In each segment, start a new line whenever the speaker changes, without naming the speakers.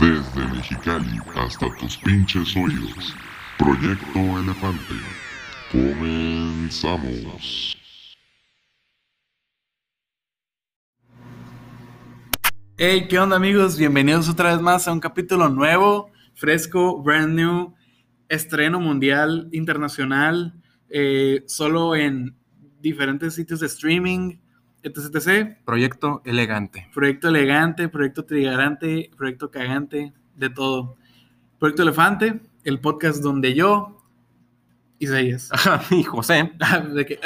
Desde Mexicali hasta tus pinches hoyos. Proyecto Elefante. Comenzamos.
Hey, ¿qué onda amigos? Bienvenidos otra vez más a un capítulo nuevo, fresco, brand new, estreno mundial, internacional, eh, solo en diferentes sitios de streaming, etc, etc.
Proyecto elegante.
Proyecto elegante, proyecto trigarante, proyecto cagante, de todo. Proyecto Elefante, el podcast donde yo, Isaías,
Ajá, y José.
de que, eh,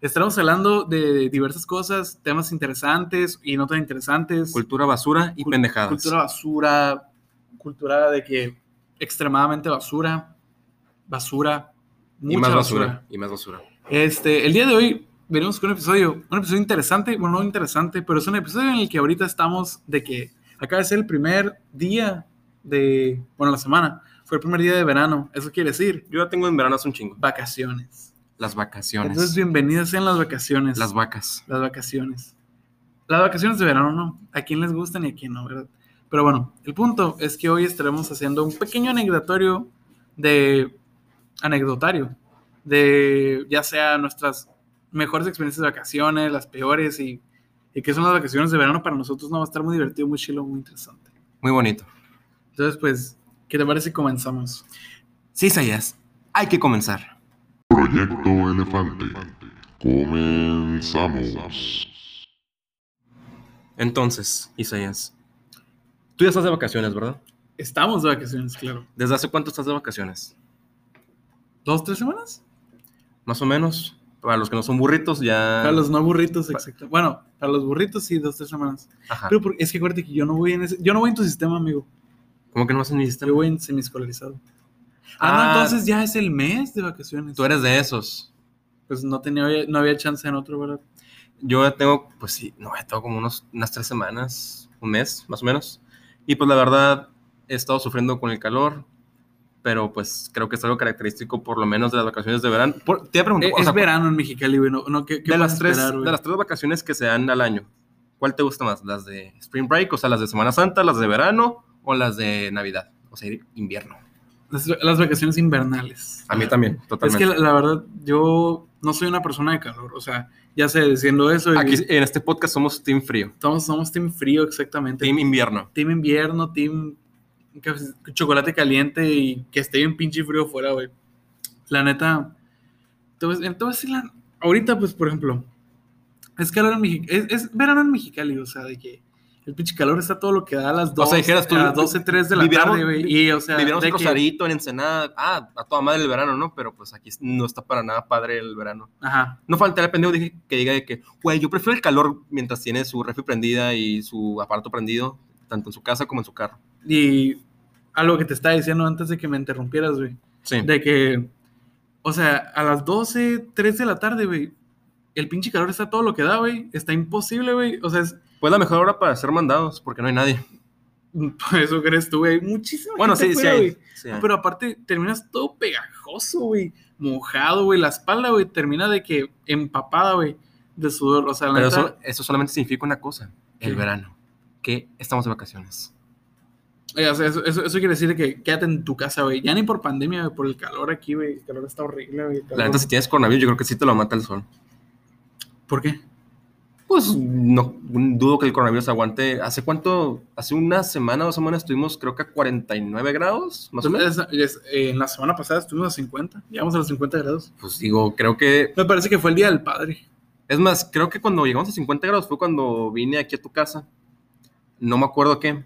estamos hablando de diversas cosas, temas interesantes y no tan interesantes.
Cultura basura y
Cul-
pendejadas.
Cultura basura, cultura de que extremadamente basura, basura, mucha
y más basura. Y más basura.
Este, el día de hoy venimos con un episodio, un episodio interesante, bueno, no interesante, pero es un episodio en el que ahorita estamos de que acaba de ser el primer día de, bueno, la semana, fue el primer día de verano, eso quiere decir
Yo ya tengo en verano hace un chingo.
vacaciones.
Las vacaciones.
Entonces, bienvenidas sean las vacaciones.
Las vacas.
Las vacaciones. Las vacaciones de verano, ¿no? A quién les gustan y a quién no, ¿verdad? Pero bueno, el punto es que hoy estaremos haciendo un pequeño anecdotario de... anecdotario de ya sea nuestras mejores experiencias de vacaciones, las peores y, y qué son las vacaciones de verano para nosotros, no va a estar muy divertido, muy chilo, muy interesante.
Muy bonito.
Entonces, pues, ¿qué te parece si comenzamos?
Sí, Sayas. Hay que comenzar.
Proyecto Elefante. Comenzamos.
Entonces, Isaías, tú ya estás de vacaciones, ¿verdad?
Estamos de vacaciones, claro.
¿Desde hace cuánto estás de vacaciones?
¿Dos, tres semanas?
Más o menos. Para los que no son burritos, ya.
Para los no burritos, exacto. Bueno, para los burritos sí, dos, tres semanas.
Ajá.
Pero porque- es que acuérdate que yo no voy en ese, yo no voy en tu sistema, amigo.
¿Cómo que no hacen mi sistema?
Yo voy en semiescolarizado.
Ah.
Ah, no, entonces ya es el mes de vacaciones.
Tú eres de esos.
Pues no tenía, no había chance en otro, ¿verdad?
Yo ya tengo, pues sí, no, ya tengo como unos, unas tres semanas, un mes, más o menos. Y pues la verdad, he estado sufriendo con el calor, pero pues creo que es algo característico por lo menos de las vacaciones de verano. Por- te voy a preguntar,
Eh,
o
es
sea,
verano en Mexicali, güey. No, no, ¿qué, qué
de,
vas
las
a
tres,
esperar, güey?
de las tres vacaciones que se dan al año, ¿cuál te gusta más? ¿Las de Spring Break, o sea, las de Semana Santa, las de verano o las de Navidad? O sea, invierno.
Las- las vacaciones invernales.
A mí también,
Ah, Es que
totalmente.
la, la verdad, yo no soy una persona de calor. O sea, ya sé, diciendo eso, y-
Aquí en este podcast somos Team Frío,
estamos, somos team frío exactamente.
Team Invierno.
team invierno, team café- chocolate caliente y que esté bien pinche frío fuera, güey. La neta, te voy a- te voy a decir la- ahorita, pues, por ejemplo, es calor en Mexi- es, es verano en Mexicali, o sea, de que el pinche calor está todo lo que da a las 12,
O sea, dijeras tú,
a las 12, 3 de la
viviéramos-
tarde, güey. Y, o sea,
Vivíamos
de
en
que-
Rosarito, en Ensenada. Ah, a toda madre el verano, ¿no? Pero pues aquí no está para nada padre el verano.
ajá,
No falta el pendejo dije, que diga de que, güey, yo prefiero el calor mientras tiene su refri prendida y su aparato prendido, tanto en su casa como en su carro.
y algo que te estaba diciendo antes de que me interrumpieras, güey.
Sí.
De que, o sea, a las 12, 3 de la tarde, güey, el pinche calor está todo lo que da, güey. Está imposible, güey. O sea, es,
Pues la mejor hora para ser mandados, porque no hay nadie.
por eso crees tú, güey. Muchísimo.
Bueno, sí, sí hay. sí hay.
Pero aparte, terminas todo pegajoso, güey. Mojado, güey. La espalda, güey, termina de que empapada, güey, de sudor. O sea, la
Pero
neta,
eso, eso solamente significa una cosa, el
¿Qué?
verano, que estamos de vacaciones.
eh, o sea, eso, eso- eso quiere decir que quédate en tu casa, güey. Ya ni por pandemia, güey, por el calor aquí, güey. El calor está horrible, güey. el
La
calor-
neta, si tienes coronavirus, yo creo que sí te lo mata el sol.
¿Por qué?
Pues no dudo que el coronavirus aguante. ¿Hace cuánto? Hace una semana, dos semanas estuvimos creo que a 49 grados, más o menos.
Entonces, es- eh, en la semana pasada estuvimos a 50. Llegamos a los 50 grados.
Pues digo, creo que...
Me parece que fue el día del padre.
Es más, creo que cuando llegamos a 50 grados fue cuando vine aquí a tu casa. No me acuerdo qué.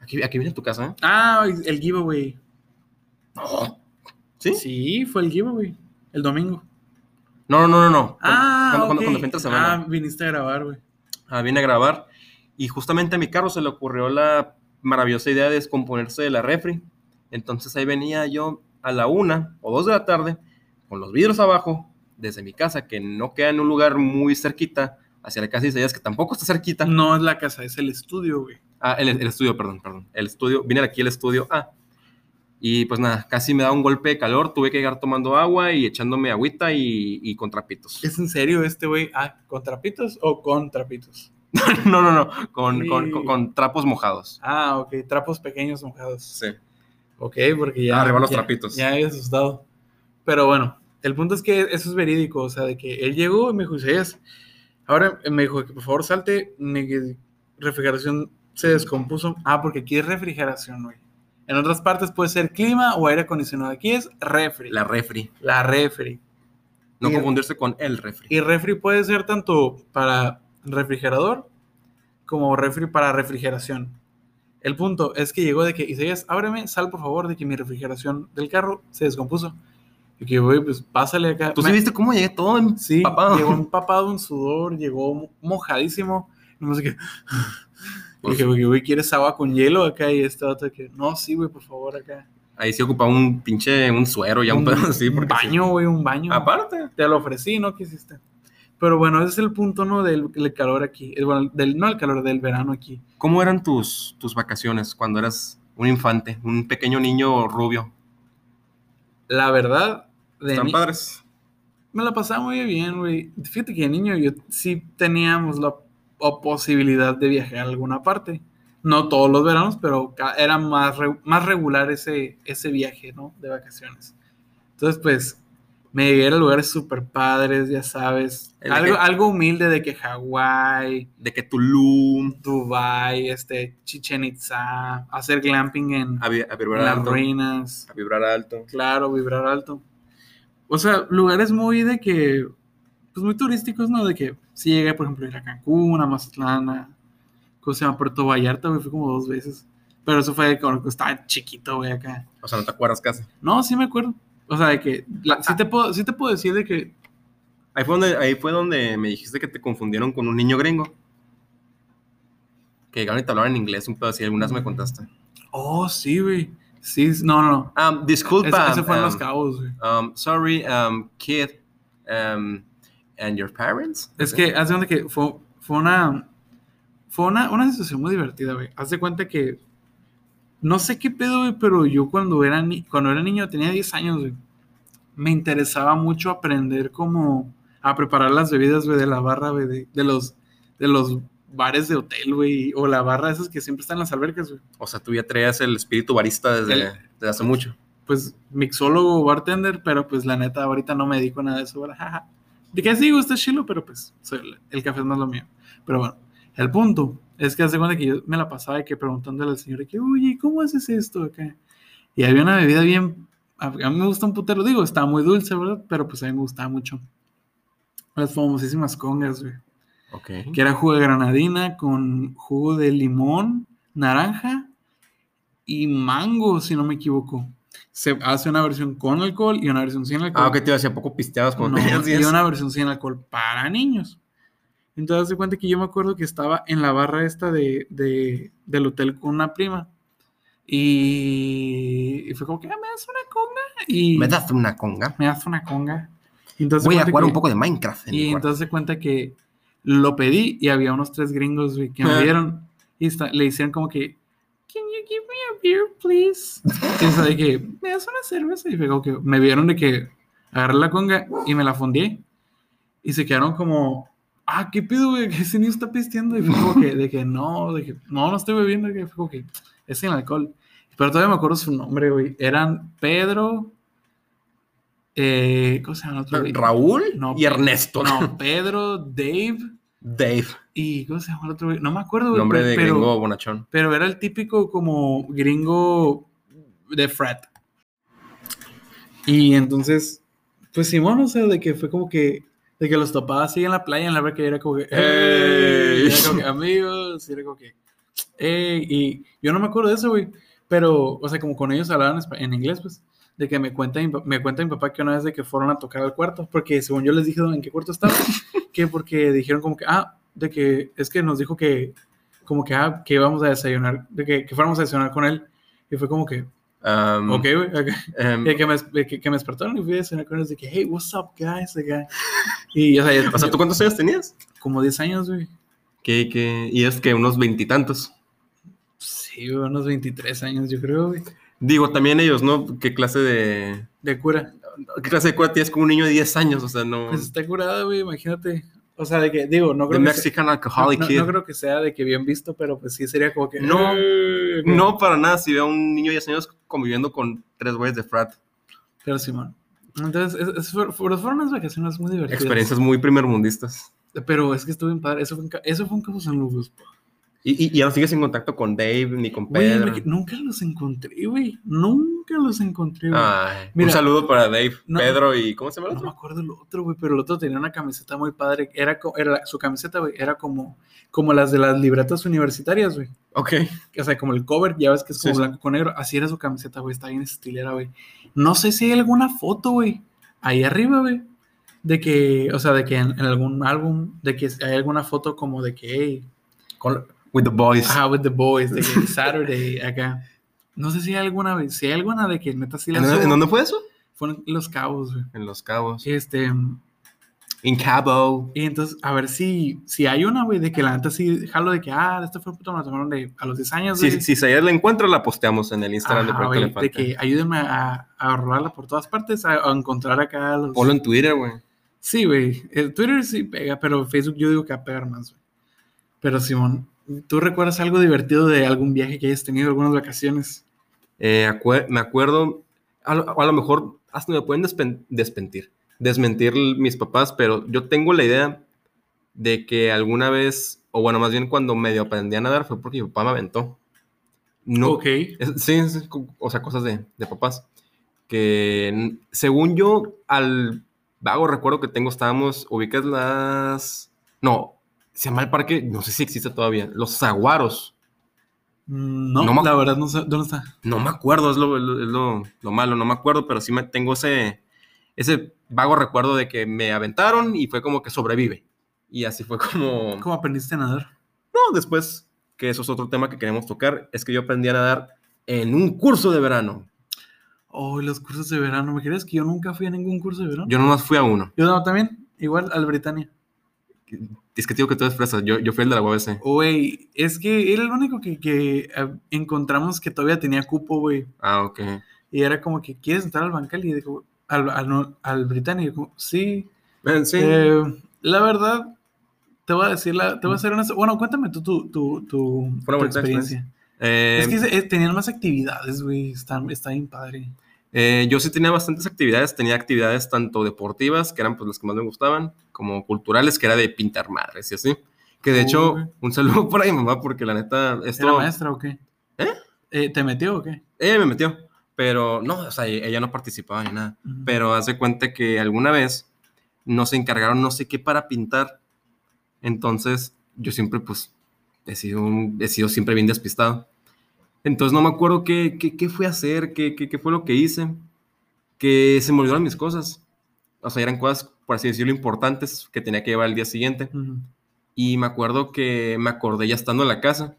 Aquí, aquí vine a tu casa, ¿eh?
Ah, el giveaway.
¿Sí?
Sí, fue el giveaway. El domingo.
No, no, no, no.
Ah,
cuando, cuando,
ok.
cuando fui entre semana.
Ah, viniste a grabar, güey.
Ah, vine a grabar. Y justamente a mi carro se le ocurrió la maravillosa idea de descomponerse de la refri. Entonces ahí venía yo a la una o dos de la tarde, con los vidrios abajo, desde mi casa, que no queda en un lugar muy cerquita, hacia la casa de Isaías, que tampoco está cerquita.
No es la casa, es el estudio, güey.
Ah, el, el estudio, perdón, perdón. El estudio, vine aquí al estudio A. Y pues nada, casi me da un golpe de calor, tuve que llegar tomando agua y echándome agüita y, y con trapitos.
Este. ¿Es en serio este, güey? Ah, ¿con trapitos o con trapitos?
no, no, no, con,
Sí.
con- con- con trapos mojados.
Ah, ok, trapos pequeños mojados.
Sí.
Ok, porque ya.
Arriba Eh, los
ya-
trapitos.
Ya había asustado. Pero bueno, el punto es que eso es verídico. O sea, de que él llegó y me dijo, "Isaías, ahora me dijo que por favor salte. Mi refrigeración se descompuso. Ah, porque aquí es refrigeración, güey. En otras partes puede ser clima o aire acondicionado. Aquí es refri.
La refri.
La refri.
No
Y-
confundirse con el refri.
Y refri puede ser tanto para refrigerador como refri para refrigeración. El punto es que llegó de que Isaías, ábreme, sal por favor de que mi refrigeración del carro se descompuso. Y que, güey, pues pásale acá.
¿Tú
Me-
sí viste cómo llegué todo
Sí,
empapado?
llegó empapado en sudor, llegó mojadísimo. No sé qué. Y
Pues-
dije, güey, güey, ¿quieres agua con hielo acá? Y este otro que, no, sí, güey, por favor, acá.
Ahí sí ocupaba un pinche, un suero, ya un, pedo así.
un
porque
baño, güey, un
sí. Ah,
baño.
Aparte.
Te lo ofrecí, no quisiste. Pero bueno, ese es el punto, ¿no? Del, del calor aquí. Eh, Bueno, del, no el calor, del verano aquí.
¿Cómo eran tus, tus vacaciones cuando eras un infante, un pequeño niño rubio?
La verdad, de
¿Están
ni-
padres?
me la pasaba muy bien, güey. Fíjate que de niño yo sí teníamos la o- posibilidad de viajar a alguna parte. No todos los veranos, pero ca- era más, re- más regular ese, ese viaje, ¿no? De vacaciones. Entonces, pues, me llegué a lugares súper padres, ya sabes.
El de
Algo,
que-
algo humilde de que Hawái,
De que Tulum,
Dubai, este, Chichen Itza, hacer glamping en,
a, vi- a
en
vibrar
las
alto.
ruinas,
A vibrar alto.
claro, vibrar alto. O sea, lugares muy de que, pues muy turísticos, ¿no? De que si llegué, por ejemplo, a ir a Cancún, a Mazatlán, a, ¿cómo se llama? Puerto Vallarta, güey, fui como dos veces. Pero eso fue cuando estaba chiquito, güey, acá.
O sea, no te acuerdas casi.
No, sí me acuerdo. O sea, de que, la- sí, te puedo, sí te puedo decir de que,
Ahí fue, donde, ahí fue donde me dijiste que te confundieron con un niño gringo. Que llegaron y te hablaban en inglés, un pedo así, algunas me contaste.
oh, sí, güey. Sí, no, no, no.
Um, disculpa.
Eso, eso fue en
um,
Los Cabos, güey.
um, sorry, um, kid. Um, and your parents?
Es que hace cuenta que fue, fue una. Fue una, una situación muy divertida, güey. Haz de cuenta que. No sé qué pedo, güey, pero yo cuando era, ni- cuando era niño, tenía 10 años, güey. Me interesaba mucho aprender cómo. A preparar las bebidas, güey, de la barra, güey, de, de los, de los bares de hotel, güey. O la barra esas que siempre están en las albercas, güey.
O sea, tú ya traías el espíritu barista desde,
El-
desde hace mucho.
Pues mixólogo, bartender, pero pues la neta, ahorita no me dedico a nada de eso, ¿verdad? Jaja. De que sí, gusta chilo, pero pues soy el, el café es más lo mío. Pero bueno, el punto es que hace cuenta que yo me la pasaba de que preguntándole al señor de que, oye, ¿cómo haces esto acá? Y había una bebida bien, a a mí me gusta un putero, digo, estaba muy dulce, ¿verdad? Pero pues a mí me gustaba mucho. Las famosísimas congas, güey.
Ok.
Que era jugo de granadina con jugo de limón, naranja y mango, si no me equivoco. Se hace una versión con alcohol y una versión sin alcohol.
Ah, ok, te iba a decir, ¿a poco pisteabas cuando
No,
tenías
y
10?
una versión sin alcohol para niños. Entonces, haz de cuenta que yo me acuerdo que estaba en la barra esta de, de- del hotel con una prima. Y, y fue como que, "Ah, me das una conga. Y
¿Me das una conga?
me das una conga. Entonces,
Voy a
cuenta
jugar
que-
un poco de Minecraft. en mi
y
cuarto.
entonces se cuenta que lo pedí y había unos tres gringos güey, que
Ah.
me vieron y esta- le hicieron como que, Can you give me a beer, please? Y eso de que, ¿me das una cerveza? Y fue como que me vieron de que agarré la conga y me la fundí. Y se quedaron como, ah, ¿qué pido, güey? Que ese niño está pisteando. Y fue como que, de que no, de que no, no estoy bebiendo. Y fue como que, es sin alcohol. Pero todavía me acuerdo su nombre, güey. Eran Pedro. Eh, ¿Cómo se llama el otro? güey?
Raúl
No,
y Ernesto.
No, Pedro, Dave
Dave,
y ¿cómo se llama el otro? güey? No me acuerdo, güey,
nombre
pe-
de
pero,
gringo bonachón.
pero era el típico como gringo de frat. Y entonces, pues Simón, o sea, de que fue como que de que los topaba así en la playa, en la verdad que era como que,
¡Ey!
"Ey", era como que, amigos, y era como que, "Ey", y yo no me acuerdo de eso, güey, pero, o sea, como con ellos hablaban espa- en inglés, pues, de que me cuenta, mi pa- me cuenta mi papá que una vez de que fueron a tocar al cuarto, porque según yo les dije en qué cuarto estaba, que porque dijeron como que, ah, de que, es que nos dijo que, como que, ah, que íbamos a desayunar, de que, que fuéramos a desayunar con él, y fue como que,
Um,
ok, güey, ok.
um,
Y que me, de que, que me despertaron y fui a desayunar con ellos de que, hey, what's up, guys, acá. Y, o sea, yo-
o sea, ¿tú cuántos años tenías?
como 10 años, güey.
Que, que, y es que unos veintitantos.
Sí, güey, unos 23 años, yo creo, güey.
Digo, también ellos, ¿no? ¿Qué clase de.
De cura.
¿Qué clase de cura tienes con un niño de 10 años? O sea, no.
Pues está curada, güey, imagínate. O O sea, de que, digo, no creo
Mm. The
que, sea,
Mexican
no,
Alcoholic
no-
Kid.
no creo que sea de que bien visto, pero pues sí sería como que.
No,
"Eh", como-
No, para nada, si veo a un niño de 10 años conviviendo con tres güeyes de frat.
Pero Simón. Entonces, es- es- fue- fueron fueron unas vacaciones muy divertidas.
Experiencias muy primermundistas.
Pero es que estuvo bien padre. Eso fue en, Ca- eso fue en Cabo San Lucas.
Y, y- y ya no sigues en contacto con Dave ni con
Güey,
Pedro.
me- nunca los encontré, güey. Nunca los encontré, güey.
Ay,
Mira.
un saludo para Dave,
No.
Pedro y. ¿Cómo se llama el
No me
otro?
acuerdo el otro, güey, pero el otro tenía una camiseta muy padre. Era, co- era la- su camiseta, güey, era como, como las de las libretas universitarias, güey.
Ok.
O sea, como el cover, ya ves que es como
Sí, sí.
blanco con negro. Así era su camiseta, güey. Está bien estilera, güey. No sé si hay alguna foto, güey. Ahí arriba, güey. De que, o sea, de que en, en algún álbum, de que hay alguna foto como de que, hey,
Con- with the boys.
ah, with the boys, de que Saturday, acá. No sé si hay alguna, güey. Si hay alguna de que neta sí la
¿En, dónde-
subo.
en dónde fue eso?
Fueron los cabos, güey.
En Los Cabos.
Este,
En Cabo.
Y entonces, a ver si, si hay una, güey, de que la neta sí jalo de que, ah, esta fue puta, me la tomaron de, a los 10 años,
Si,
güey.
si se la encuentro, la posteamos en el Instagram de
Ajá,
Proyecto
güey,
Elefante.
que ayúdenme a, a rolarla por todas partes, a, a encontrar acá a los...
Ponlo en Twitter, güey.
Sí, güey. El Twitter sí pega, pero Facebook yo digo que va a pegar más, güey. Pero, Simón, ¿tú recuerdas algo divertido de algún viaje que hayas tenido, algunas vacaciones?
Eh, acue- me acuerdo, a lo, a lo mejor hasta me pueden despen- despentir, desmentir l- mis papás, pero yo tengo la idea de que alguna vez, o bueno, más bien cuando medio aprendí a nadar fue porque mi papá me aventó. No,
Ok.
es- sí, es co- o sea, cosas de, de papás. Que n- según yo, al vago recuerdo que tengo, estábamos, ubicas las... No, se llama el parque, no sé si existe todavía, los zaguaros.
Mm, No,
No me-
la verdad no sé, ¿dónde está?
No me acuerdo, es lo, es lo- es lo- lo malo, no me acuerdo, pero sí me tengo ese, ese vago recuerdo de que me aventaron y fue como que sobrevive. Y así fue como...
¿Cómo aprendiste a nadar?
No, después, que eso es otro tema que queremos tocar, es que yo aprendí a nadar en un curso de verano.
Oh, los cursos de verano, ¿me crees que yo nunca fui a ningún curso de verano?
Yo nomás fui a uno.
Yo no, también, igual al Britannia.
Es que te digo que tú eres fresa, yo, yo fui el de la UABC.
Güey, es que era el único que, que, ah, encontramos que todavía tenía cupo, güey.
Ah, ok.
Y era como que, ¿quieres entrar al bancal? Y dijo, al, al, no- al británico, como, sí.
Eh, sí.
Eh, la verdad, te voy a decir, la, te voy a hacer una... Bueno, cuéntame tú tu, tu, tu,
Fue
tu
una bonita
experiencia.
Eh,
es que se- eh, tenían más actividades, güey. Está, está bien padre.
Eh, yo sí tenía bastantes actividades, tenía actividades tanto deportivas, que eran pues las que más me gustaban, como culturales, que era de pintar madres y así. Que de hecho,
Uy.
un saludo para mi mamá, porque la neta, esto...
¿Era maestra o qué?
¿Eh?
Eh, ¿Te metió o qué?
Ella me metió, pero no, o sea, ella no participaba ni nada.
Ujú.
Pero hace cuenta que alguna vez nos encargaron no sé qué para pintar. Entonces, yo siempre, pues, he sido, un- he sido siempre bien despistado. Entonces, no me acuerdo qué, qué, qué fui a hacer, qué, qué, qué fue lo que hice, que se me olvidaron mis cosas. O sea, eran cosas, por así decirlo, importantes que tenía que llevar al día siguiente.
Ujú.
Y me acuerdo que me acordé ya estando en la casa.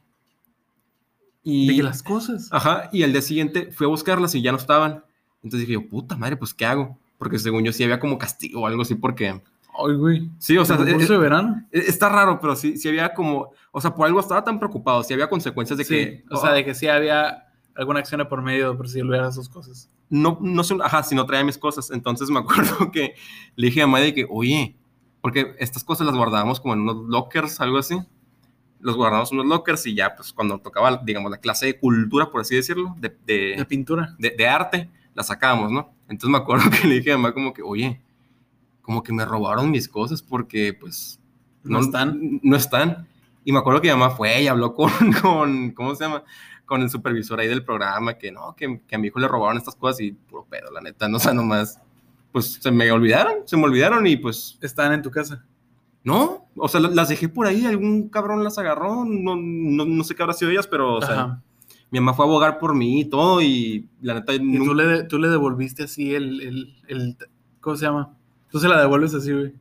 Y
De que las cosas.
Ajá, y al día siguiente fui a buscarlas y ya no estaban. Entonces dije, yo, puta madre, pues ¿qué hago? Porque según yo sí había como castigo o algo así, porque...
Ay, güey.
Sí, o sea,
¿Un
eh,
curso de verano?
eh, está raro, pero sí, sí había como... O sea, por algo estaba tan preocupado, sí había consecuencias de
sí,
que... ah, oh.
o sea, de que sí había alguna acción de por medio de por si olvidaras sus cosas.
No, no sé, ajá, si no traía mis cosas. Entonces me acuerdo que le dije a madre que, oye, porque estas cosas las guardábamos como en unos lockers, algo así. Los guardábamos en unos lockers y ya, pues cuando tocaba, digamos, la clase de cultura, por así decirlo, de- de,
De pintura.
de, de arte, la sacábamos, ¿no? Entonces me acuerdo que le dije a mamá como que, oye, como que me robaron mis cosas porque pues
No, están.
no están. Y me acuerdo que mi mamá fue y habló con, con ¿cómo se llama? Con el supervisor ahí del programa, que no, que, que a mi hijo le robaron estas cosas y puro pedo, la neta, no, o sea, nomás, pues se me olvidaron, se me olvidaron y pues
Están en tu casa.
no, o sea, la- las dejé por ahí, algún cabrón las agarró, no, no, no sé qué habrá sido ellas, pero, o sea,
Ajá.
mi mamá fue a abogar por mí y todo y la neta...
Y
nunca-
tú le, tú le devolviste así el, el, el- ¿Cómo se llama? Tú se la devuelves así, güey.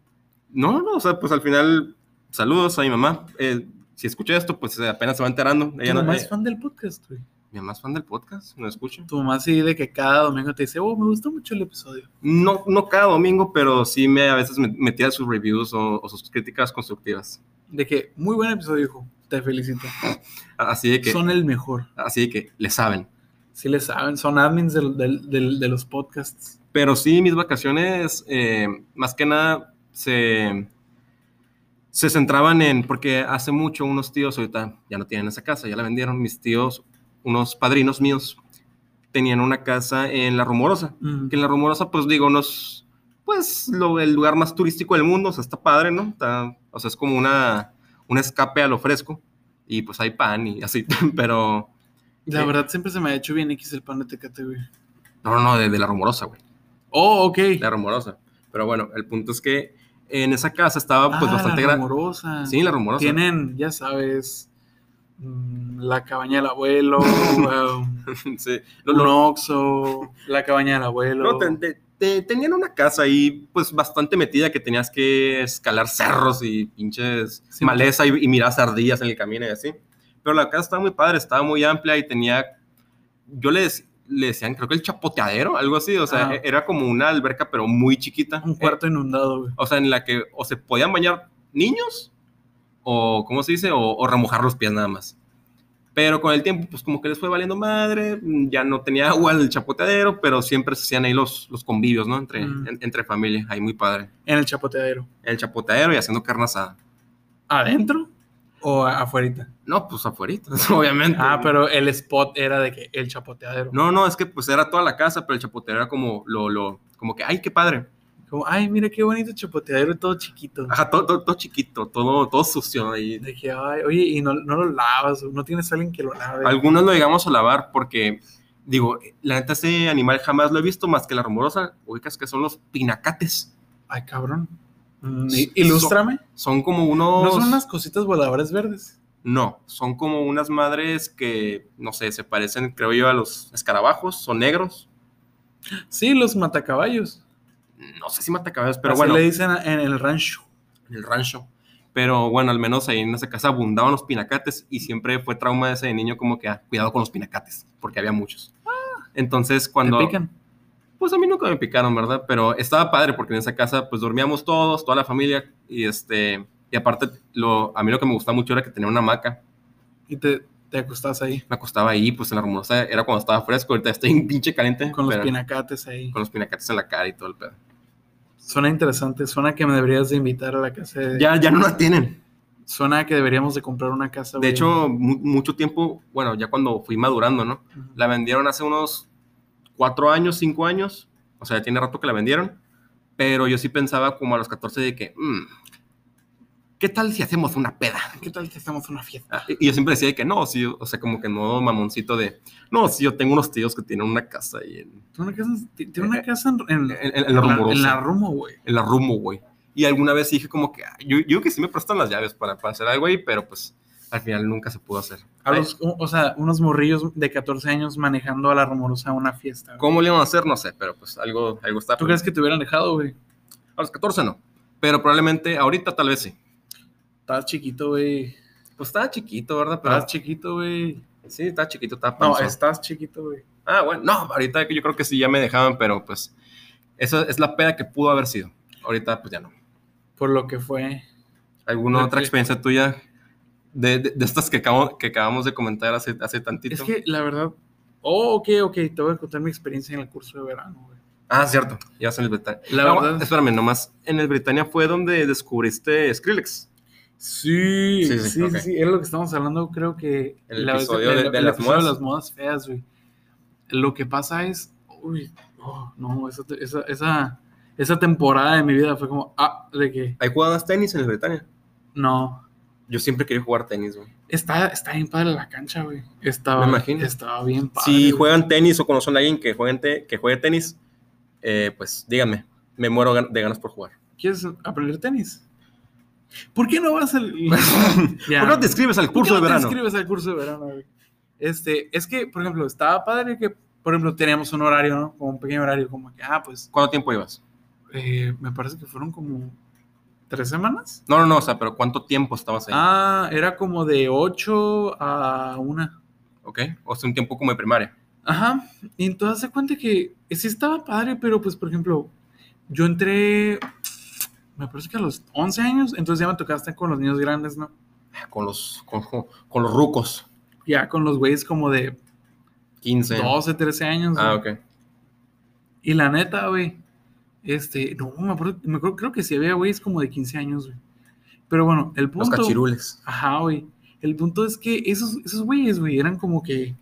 No, no, o sea, pues al final, saludos a mi mamá. Eh, si escucha esto, pues eh, apenas se va enterando.
Tu
Ella no,
mamá
eh,
es fan del podcast, güey.
mi mamá es fan del podcast, no escucha.
Tu mamá sí de que cada domingo te dice, oh, me gustó mucho el episodio.
No, no cada domingo, pero sí me a veces me, me tira sus reviews o, o sus críticas constructivas.
De que, muy buen episodio, hijo. Te felicito.
A- Así de que,
Son el mejor.
así de que le saben.
Sí le saben, son admins del- del- del- de los podcasts.
Pero sí, mis vacaciones, eh, más que nada, se, se centraban en, porque hace mucho unos tíos, ahorita ya no tienen esa casa, ya la vendieron, mis tíos, unos padrinos míos, tenían una casa en La Rumorosa,
Ujú.
que en La Rumorosa, pues digo, no es, pues, lo, el lugar más turístico del mundo, o sea, está padre, ¿no? Está- o sea, es como una, un escape a lo fresco, y pues hay pan y así, pero,
La
Sí.
verdad, siempre se me ha hecho bien X el pan de Tecate, güey.
no, no, no, de, de La Rumorosa, güey.
Oh, ok.
La rumorosa. Pero bueno, el punto es que en esa casa estaba pues
Ah,
bastante
la
grande.
rumorosa.
Sí, la rumorosa.
Tienen, ya sabes, mm, la cabaña del abuelo, um,
Sí. Lo-
un
lo-
oxo, la cabaña del abuelo.
no, te- te- te- tenían una casa ahí pues bastante metida que tenías que escalar cerros y pinches
Sí,
maleza y, y mirar ardillas en el camino y así. Pero la casa estaba muy padre, estaba muy amplia y tenía, yo le, dec- le decían creo que el chapoteadero, algo así, o sea,
Ah.
era como una alberca pero muy chiquita.
un cuarto inundado, güey.
O sea, en la que o se podían bañar niños, o ¿cómo se dice? O, o remojar los pies nada más. Pero con el tiempo, pues como que les fue valiendo madre, mm, ya no tenía agua el chapoteadero, pero siempre se hacían ahí los, los convivios, ¿no? Entre,
Mm.
en- entre familia, ahí muy padre.
En el chapoteadero.
En el chapoteadero y haciendo carne asada.
¿Adentro o a- afuerita?
No, pues afuera, obviamente.
Ah, pero el spot era de que el chapoteadero.
No, no, es que pues era toda la casa, pero el chapoteadero era como lo, lo, como que, ay, qué padre.
Como, ay, mira qué bonito chapoteadero, todo chiquito.
Ajá, todo, todo, todo chiquito, todo, todo sucio ahí.
De que, ay, oye, y no, no lo lavas, no tienes alguien que lo lave.
Algunos lo llegamos a lavar porque, digo, la neta, ese animal jamás lo he visto más que la rumorosa. Ubicas que son los pinacates.
Ay, cabrón. Mm,
So-
ilústrame.
Son como unos.
¿No son unas cositas voladoras verdes?
No, son como unas madres que, no sé, se parecen, creo yo, a los escarabajos. Son negros.
Sí, los matacaballos.
No sé si matacaballos, pero
Así
bueno,
le dicen a- en el rancho.
en el rancho. Pero bueno, al menos ahí en esa casa abundaban los pinacates y siempre fue trauma de ese niño como que, ah, cuidado con los pinacates, porque había muchos. Entonces, cuando.
Ah. ¿Te pican?
Pues a mí nunca me picaron, ¿verdad? Pero estaba padre porque en esa casa pues dormíamos todos, toda la familia y este y aparte lo a mí lo que me gustaba mucho era que tenía una hamaca.
Y te, te acostás ahí
Me acostaba ahí, pues en la rumorosa era cuando estaba fresco, ahorita estoy en pinche caliente
con los
pero-
pinacates ahí.
con los pinacates en la cara y todo el pedo.
Suena interesante, suena que me deberías de invitar a la casa. de-
Ya ya no la tienen.
Suena que deberíamos de comprar una casa.
De
güey.
hecho, mu- mucho tiempo, bueno, ya cuando fui madurando, ¿no?
Ujú.
La vendieron hace unos cuatro años, cinco años. O sea, ya tiene rato que la vendieron. Pero yo sí pensaba como a los 14 de que, "Mm, ¿qué tal si hacemos una peda?
Ah, ¿qué tal que hacemos una fiesta?
Ah, Y y yo siempre decía de que no, sí, o sea, como que no mamoncito de, no, sí, yo tengo unos tíos que tienen una casa ahí en,
Tiene una casa, tiene una casa en, en-
en- Eh, en- en
en
la rumorosa,
en
en
la
la,
Rumo, güey.
rumbo, güey. Y alguna vez dije como que, ah, yo, yo que sí me prestan las llaves para, para hacer algo ahí, pero pues al final nunca se pudo hacer.
A los- o, o sea, unos morrillos de 14 años manejando a la rumorosa a una fiesta.
Ay,
güey.
¿Cómo le iban a hacer? No sé, pero pues algo, algo está.
¿Tú crees que te hubieran dejado, güey?
A los 14 no, pero probablemente ahorita tal vez sí.
Estabas chiquito, güey.
Pues estaba chiquito, ¿verdad? Pero,
Estabas chiquito, güey.
sí, estaba chiquito, estaba
No,
panzón.
estás chiquito, güey.
Ah, bueno, no, ahorita yo creo que sí ya me dejaban, pero pues esa es la peda que pudo haber sido. Ahorita pues ya no.
Por lo que fue.
¿Alguna
Ok.
otra experiencia tuya de, de- de estas que, acabo- que acabamos de comentar hace, hace tantito?
Es que la verdad. Oh, ok, ok. Te voy a contar mi experiencia en el curso de verano, güey.
Ah, cierto, ya en el Britania.
La
No,
verdad-
Espérame, nomás, en el Britania fue donde descubriste Skrillex.
Sí, sí,
Sí, sí,
sí, sí,
ok.
Es lo que estamos hablando, creo que.
El
la vez-
episodio de- de
el
las
episodio
modas.
las modas feas, güey. Lo que pasa es. Uy, oh, no, esa, esa, esa, esa temporada de mi vida fue como. Ah, de que.
¿Hay jugadas tenis en el Britania?
No.
Yo siempre quería jugar tenis, güey.
Está, está bien padre la cancha, güey. Estaba,
Me imagino.
Estaba bien padre.
Si
güey.
juegan tenis o conocen a alguien que, juegue te- que juegue tenis, eh, pues díganme, me muero gan- de ganas por jugar.
¿Quieres aprender tenis? ¿Por qué no vas al. Ya.
¿Por qué no te inscribes al
¿Por qué
curso de
no te
verano?
inscribes al curso de verano, güey? Este, es que, por ejemplo, estaba padre que, por ejemplo, teníamos un horario, ¿no? Como un pequeño horario, como que, ah, pues,
¿Cuánto tiempo ibas?
eh, me parece que fueron como tres semanas.
No, no, no, o sea, pero ¿cuánto tiempo estabas ahí?
Ah, era como de 8 a 1.
¿Ok? O sea, un tiempo como de primaria.
Ajá, y entonces se cuenta que sí estaba padre, pero pues, por ejemplo, yo entré, me parece que a los 11 años, entonces ya me tocaba estar con los niños grandes, ¿no?
Con los, con, con- con los rucos.
Ya con los güeyes como de
15.
12, 13 años.
Ah,
¿no?
ok.
Y la neta, güey, este, no, me acuerdo, me acuerdo- creo que sí había güeyes como de 15 años, güey. Pero bueno, el
Los
punto.
cachirules.
Ajá, güey. El punto es que esos, esos güeyes, güey, eran como que.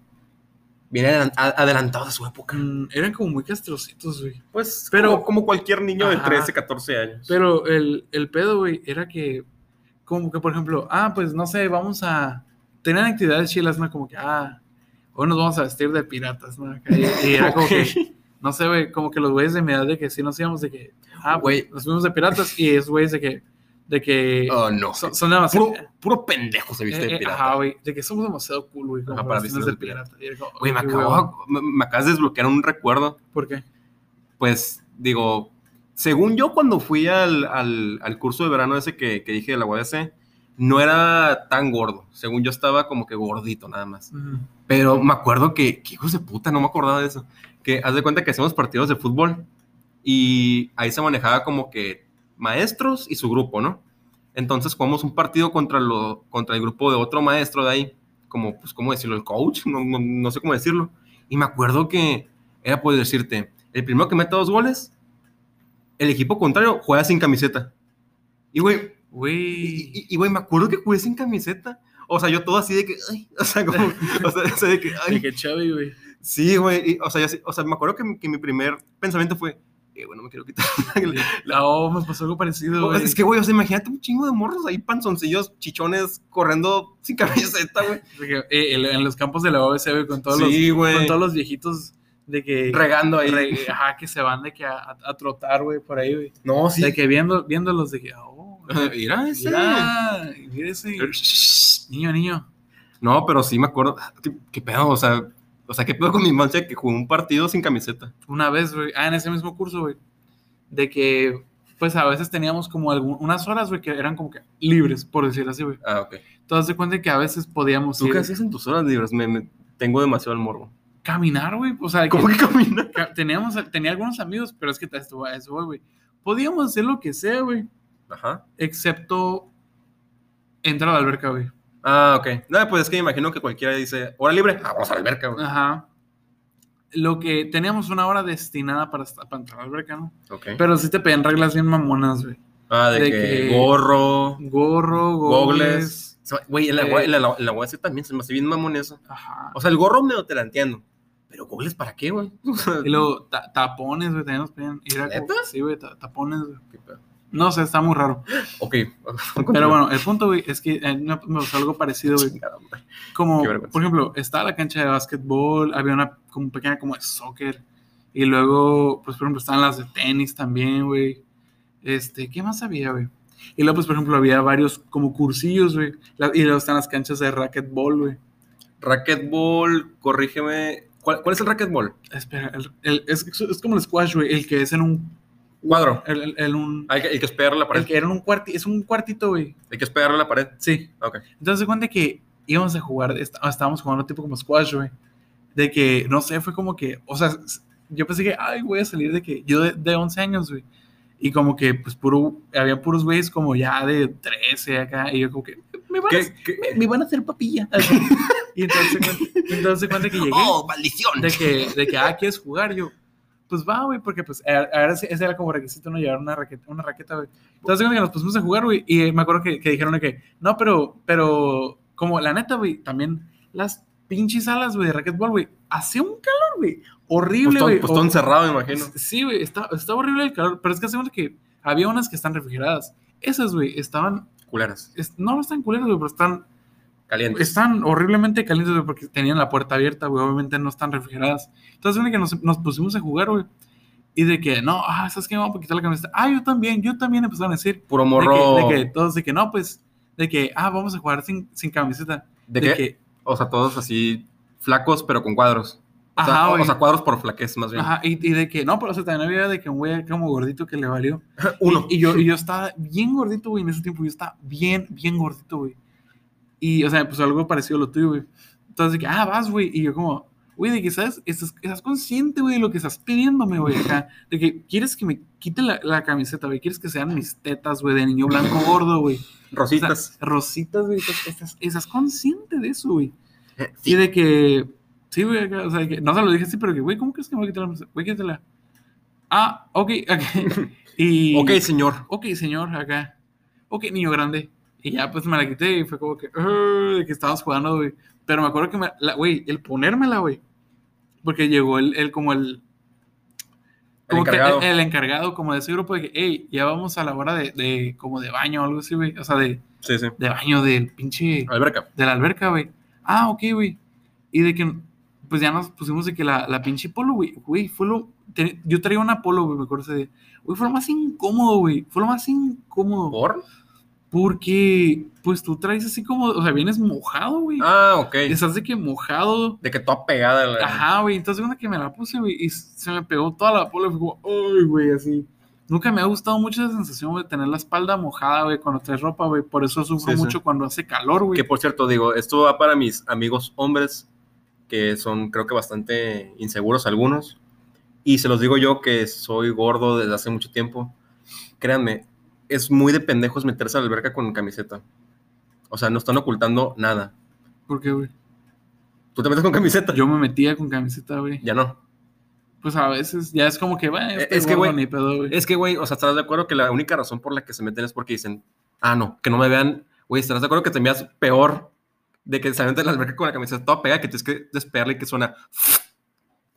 Vienen adelantados a su época.
mm, eran como muy castrocitos, güey.
Pues,
Pero-
pero, como, como cualquier niño de
Ajá.
13, 14 años.
Pero el, el pedo, güey, era que. Como que, por ejemplo, ah, pues no sé, vamos a. Tenían actividades chilas, ¿no? Como que, ah, hoy nos vamos a vestir de piratas, ¿no? Acá, Y, y era como que. No sé, güey, como que los güeyes de mi edad de que sí nos íbamos de que, ah, güey,
Güey.
nos fuimos de piratas y esos güeyes de que, de que
Oh, no.
son, son demasiado,
Puro, puro pendejo se viste
eh,
de
eh,
pirata.
ajá, güey, de que somos demasiado cool, güey, como
Ajá,
para
para
vestirnos de
vestirnos de
pirata. Y era como,
Güey, me,
"Ay,
acabo, me, me acabas de desbloquear un recuerdo.
¿Por qué?
Pues, digo, según yo, cuando fui al, al- al curso de verano ese que, que dije de la UADC, no era tan gordo. Según yo, estaba como que gordito nada más.
Ujú.
Pero me acuerdo que, que hijos de puta, no me acordaba de eso. Que haz de cuenta que hacíamos partidos de fútbol y ahí se manejaba como que maestros y su grupo, ¿no? Entonces jugamos un partido contra, lo, contra el grupo de otro maestro de ahí, como, pues, ¿cómo decirlo? El coach, no, no- no sé cómo decirlo. Y me acuerdo que era por decirte, el primero que meta dos goles, el equipo contrario juega sin camiseta. Y güey, y,
Güey,
y- y, güey, me acuerdo que jugué sin camiseta. O sea, yo todo así de que, ay, o sea, como, o sea, o sea, de que, ay,
de que chavi, güey.
Sí, güey. y, O sea, yo sí- o sea, me acuerdo que, mi- que mi primer pensamiento fue, eh, bueno, me quiero quitar.
La O me pasó algo parecido, güey.
es que, güey, o sea, imagínate un chingo de morros ahí, panzoncillos, chichones, corriendo sin camiseta, güey.
De que, eh, el- en los campos de la OBC, güey, con todos los,
Sí,
con
güey.
todos los viejitos de que,
Regando ahí.
re- ajá, que se van de que a, a- a trotar, güey, por ahí, güey.
No, Oh, sí.
De que viendo, viéndolos de que, oh,
Mira ese.
mira, mira ese niño, niño.
No, pero sí me acuerdo. ah, ¿Qué, qué pedo? O sea, o sea, ¿qué pedo con mi mancha que jugó un partido sin camiseta?
una vez, güey, ah, en ese mismo curso, güey, de que, pues a veces teníamos como algún- unas horas, güey, que eran como que libres, por decirlo así, güey.
Ah, ok.
Entonces, de cuenta que a veces podíamos
¿Tú
ir
qué hacías en tus horas libres? Me, me- tengo demasiado el morbo.
caminar, güey. O sea, que
¿Cómo que camina?
ca- teníamos, tenía algunos amigos, pero es que te estuvo a eso, voy, güey. Podíamos hacer lo que sea, güey,
Ajá.
excepto entrar a la alberca, güey.
Ah, ok. No, pues es que me imagino que cualquiera dice, hora libre, ah, vamos a la alberca, güey.
Ajá. Lo que teníamos una hora destinada para, esta- para entrar a la alberca, ¿no?
Ok.
Pero sí te pedían reglas bien mamonas, güey.
Ah, de,
De
que,
que-
gorro,
Gorro, gogles.
gogles. Güey, en la,
Eh.
gua- en la, en la UAC también se me hace bien mamón eso.
Ajá.
O sea, el gorro me lo te la entiendo. Pero gogles, ¿para qué, güey?
Y luego ta- tapones, güey, también nos pedían. Y era como-
¿Neta?
sí, güey, ta- tapones, güey.
Qué pedo.
No sé, está muy raro.
ok.
Pero bueno, el punto, güey, es que eh, no- me pasó algo parecido, güey.
Chingada madre.
Como,
Qué vergüenza.
por ejemplo, estaba la cancha de básquetbol, había una como pequeña como de soccer. Y luego, pues, por ejemplo, estaban las de tenis también, güey. Este, ¿qué más había, güey? Y luego, pues, por ejemplo, había varios como cursillos, güey. La- Y luego están las canchas de racquetball, güey.
Racquetball, corrígeme. ¿Cuál, cuál es el racquetball?
Espera, el- el- es, es como el squash, güey, el que es en un...
Cuadro.
el- el- en un
Hay que, hay que esperar la
el
pared.
que era en un cuartito, es un cuartito, güey.
Hay que esperar la pared. Ah,
Sí.
Ok.
Entonces, cuenta que íbamos a jugar, est- ah, estábamos jugando tipo como squash, güey. De que, no sé, fue como que, o sea, s- yo pensé que, ay, voy a salir de que, yo de, de 11 años, güey. Y como que, pues, puro, había puros güeyes como ya de 13 acá, y yo como que, me van, a,
¿Qué- qué-
me van a hacer papilla. Así. y entonces, cuenta- entonces cuenta que llegué
¡Oh, maldición!
de que, de que, ah, ¿quieres jugar? Yo, pues va, güey, porque pues a- ahora sí- ese era como requisito, no llevar una raqueta, una raqueta, güey. Entonces cuando que nos pusimos a jugar, güey, y eh, me acuerdo que, que dijeron de que, no, pero, pero, como la neta, güey, también las pinches alas, güey, de raquetball, güey, hacía un calor, güey,
Pues
horrible,
todo,
güey.
pues todo
o-
encerrado, me imagino.
Sí, güey, está, está horrible el calor, pero es que hacemos que había unas que están refrigeradas. Esas, güey, estaban,
Culeras,
es- no no están culeras, güey, pero están,
calientes.
están horriblemente calientes, güey, porque tenían la puerta abierta, güey. Obviamente no están refrigeradas. Entonces, viene que nos, nos pusimos a jugar, güey. Y de que, no, ah, ¿sabes qué? Me voy a quitar la camiseta. Ah, yo también, yo también empezaron a decir.
Puro
De
morro.
que, de que todos, de que no, pues, de que, ah, vamos a jugar sin, sin camiseta.
¿De qué?
que,
O sea, todos así flacos, pero con cuadros. O sea,
ajá,
o- o,
güey.
sea, cuadros por flaquez, más bien.
Ajá, y, y de que, no, pero o sea, también había de que un güey como gordito que le valió.
Uno.
Y yo, y yo estaba bien gordito, güey, en ese tiempo. Yo estaba bien, bien gordito, güey. Y, o sea, pues algo parecido a lo tuyo, güey. Entonces, de que, ah, vas, güey. Y yo como, güey, de que sabes, estás, estás consciente, güey, de lo que estás pidiéndome, güey, acá. De que quieres que me quite la, la camiseta, güey. Quieres que sean mis tetas, güey, de niño blanco gordo, güey. O sea,
Rositas.
rositas, güey. Estás, estás- estás consciente de eso, güey.
Sí.
Y de que, sí, güey, acá, o sea, que no se lo dije así, pero que, güey, ¿cómo crees que me voy a quitar la camiseta? Güey, quítala. Ah, ok, ok. Y,
Ok, señor.
Ok, señor, acá. Ok, niño grande. Y ya pues me la quité y fue como que, "Ugh", que estábamos jugando, güey. Pero me acuerdo que, me, la- güey, el ponérmela, güey. Porque llegó el, el como el...
El
como que
encargado.
el encargado como de ese grupo de que, hey, ya vamos a la hora de, de como de baño o algo así, güey. O sea, de,
Sí, sí.
de baño del pinche
Alberca.
de la alberca, güey. Ah, ok, güey. Y de que, pues ya nos pusimos de que la, la pinche polo, güey. Güey, fue lo. te- yo traía una polo, güey, me acuerdo ese día. Güey, fue lo más incómodo, güey. Fue lo más incómodo.
¿Por?
Porque, pues tú traes así como. O sea, vienes mojado, güey.
Ah, ok.
Estás de que mojado.
De que toda pegada. la-
Ajá, güey. Entonces, una que me la puse, güey, y se me pegó toda la polo. Y fue como, ay, güey, así. Nunca me ha gustado mucho esa sensación, güey, de tener la espalda mojada, güey, cuando traes ropa, güey. Por eso sufro
Sí, sí.
mucho cuando hace calor, güey.
Que por cierto, digo, esto va para mis amigos hombres, que son creo que bastante inseguros algunos. Y se los digo yo que soy gordo desde hace mucho tiempo. Créanme, es muy de pendejos meterse a la alberca con camiseta. O sea, no están ocultando nada.
Porque, güey.
Tú te metes con camiseta.
Yo me metía con camiseta, güey.
Ya no.
Pues a veces ya es como que, bueno,
Eh,
estoy
es que,
gordo,
güey, eh,
ni pedo, güey.
Es que, güey, o sea, estarás de acuerdo que la única razón por la que se meten es porque dicen, ah, no, que no me vean. Güey, estarás de acuerdo que te veas peor de que saliendo de la alberca con la camiseta toda pegada que tienes que despegarle y que suena.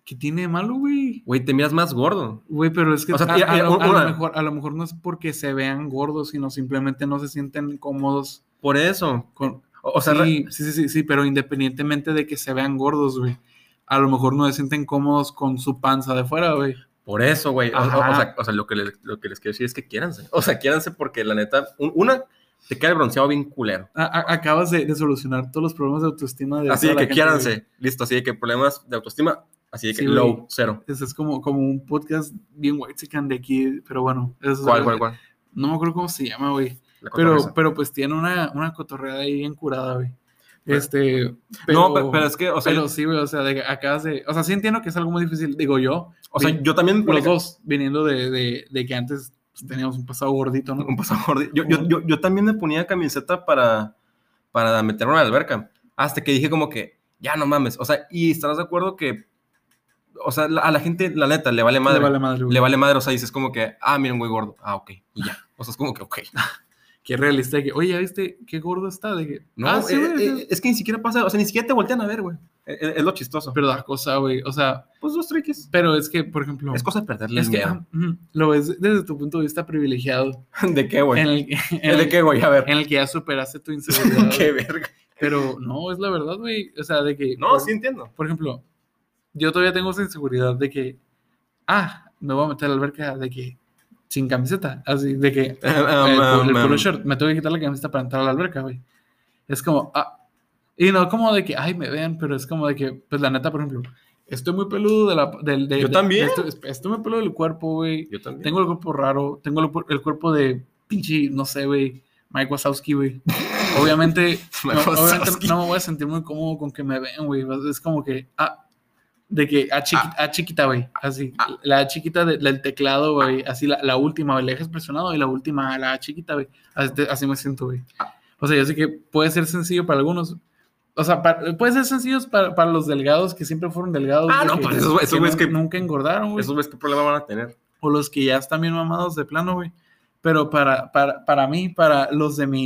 ¿Qué tiene de malo, güey?
Güey, te miras más gordo.
Güey, pero es que
O sea,
a,
tía,
a
eh,
lo, a lo
una-
mejor, a lo mejor no es porque se vean gordos, sino simplemente no se sienten cómodos
Por eso.
con...
O, o sea,
sí,
re-
sí, sí, sí, sí, pero independientemente de que se vean gordos, güey. A lo mejor no se sienten cómodos con su panza de fuera, güey.
por eso, güey. O, o-
Ajá.
o sea, o sea, lo, que les, lo que les quiero decir es que quiéranse. O sea, quiéranse porque la neta, un- una, te queda el bronceado bien culero.
A- a- acabas de, de solucionar todos los problemas de autoestima de
Así de
toda la gente,
que quiéranse.
güey.
Listo, así de que problemas de autoestima, así de que
Sí, güey.
low, cero.
Ese es como, como un podcast bien white de aquí, pero bueno. eso es
¿Cuál,
algo
cuál,
que-
cuál?
No me acuerdo cómo se llama, güey.
La
Pero,
cotorriza.
pero pues tiene una, una cotorreada ahí bien curada, güey.
Pero-
Este. Pero,
no, pe- pero, es que, o sea,
pero sí, güey. O sea, de, que acabas de. O sea, sí entiendo que es algo muy difícil. Digo yo.
o sea,
vi-
yo también... por
los
ejemplo,
dos viniendo de, de, de que antes pues, teníamos un pasado gordito, ¿no?
un pasaporte. Yo, yo, yo, yo también me ponía camiseta para, para meterme a la alberca. Hasta que dije como que, ya no mames. O sea, y estarás de acuerdo que, o sea, la- a la gente, la neta, le vale madre.
Le vale madre, güey.
le vale madre, o sea, dices como que, ah, mira un güey gordo, ah, ok, y ya. O sea, es como que, ok.
Qué realista. de que, Oye, ¿ya viste qué gordo está? De que,
No,
"Ah, sí,
eh,
güey,
eh,
sí".
es que ni siquiera pasa, o sea, ni siquiera te voltean a ver, güey. Eh, eh, Es, lo chistoso.
Pero da cosa, güey. O sea,
pues dos triques.
pero es que, por ejemplo.
Es cosa de perderle
es
el
que
miedo.
ah, ujú, lo ves desde tu punto de vista privilegiado.
¿De qué, güey? Eh,
En el, en
Pues, ¿De
el-
qué, güey? A ver.
en el que ya superaste tu inseguridad. güey.
qué verga.
Pero no, es la verdad, güey. O sea, de que.
No,
por,
sí entiendo.
Por ejemplo, yo todavía tengo esa inseguridad de que. Ah, me voy a meter a la alberca de que. Sin camiseta. Así, de que. Eh,
Um,
el, polo- el polo shirt. Me tengo que quitar la camiseta para entrar a la alberca, güey. Es como. Ah. Y no como de que, ay, me vean, pero es como de que, pues la neta, por ejemplo, estoy muy peludo de la. del- de-
Yo
de-
también.
de- estoy, estoy muy peludo del cuerpo, güey.
Yo también.
Tengo el cuerpo raro. Tengo el, el cuerpo de pinche, no sé, güey. Mike Wazowski, güey. Obviamente, no,
Mike
obviamente
Wazowski.
no me voy a sentir muy cómodo con que me vean, güey. Es como que, ah, de que a, chiqui-
Ah.
a chiquita, güey. Así, la chiquita de- del teclado, güey. Así, la, la última, güey. La dejas presionado y la última, la chiquita, güey. Así, te- así me siento, güey.
Ah.
O sea, yo sé que puede ser sencillo para algunos. O sea, para- puede ser sencillo para, para los delgados que siempre fueron delgados.
Ah,
de
no, pues, esos güey- esos güeyes
nun-
que-
Nunca engordaron, güey
Esos ves qué problema van a tener.
o los que ya están bien mamados de plano, güey. Pero para, para, para mí, para los de mi,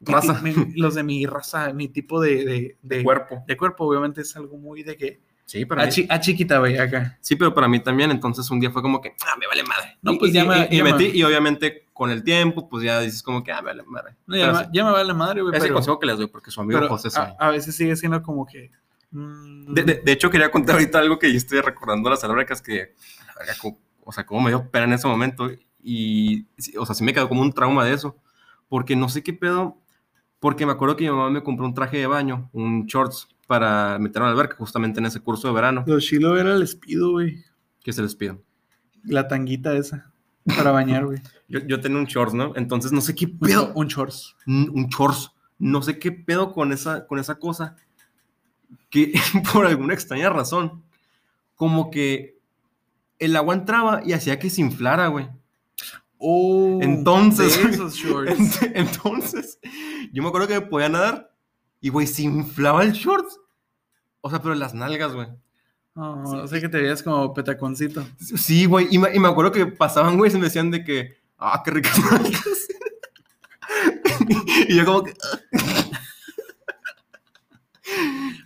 mi
Raza.
ti- mi- los de mi raza, mi tipo de, de, de-
Cuerpo.
de cuerpo, obviamente es algo muy de que.
Sí, para
A,
mí.
chi- a chiquita, güey, acá.
Sí, pero para mí también. Entonces un día fue como que, ah, me vale madre.
No,
Y-
pues
y,
ya me-
y- y
ya me-
metí, y obviamente con el tiempo, pues ya dices como que, ah, me vale madre.
No, ya,
Pero
me-
sí,
ya me vale madre, güey.
ese
pero-
consejo que les doy, porque su amigo
pero ah, mm.
José
a,
sabe.
a veces sigue siendo como que. mm,
De, de- de hecho, quería contar ahorita algo que yo estoy recordando las albercas que, a la verga, como- o sea, como me dio pena en ese momento. Y, sí, o sea, sí me quedó como un trauma de eso. Porque no sé qué pedo. Porque me acuerdo que mi mamá me compró un traje de baño, un shorts, para meterme a la alberca, justamente en ese curso de verano,
Lo chilo era el espido, güey.
que se les pido.
La tanguita esa. Para bañar, güey.
Yo, yo tenía un shorts, ¿no? Entonces no sé qué
Un
pedo.
cho- Un shorts.
un un shorts. No sé qué pedo con esa, con esa cosa. Que por alguna extraña razón, como que el agua entraba y hacía que se inflara, güey.
Oh,
Entonces-
de esos shorts.
Ent- Entonces, yo me acuerdo que me podía nadar y, güey, se inflaba el shorts. O sea, pero las nalgas, güey.
Oh, o sea que te veías como petaconcito.
Sí, güey. Y me, y me acuerdo que pasaban, güey, se me decían de que, ah, qué ricas nalgas. y yo como que,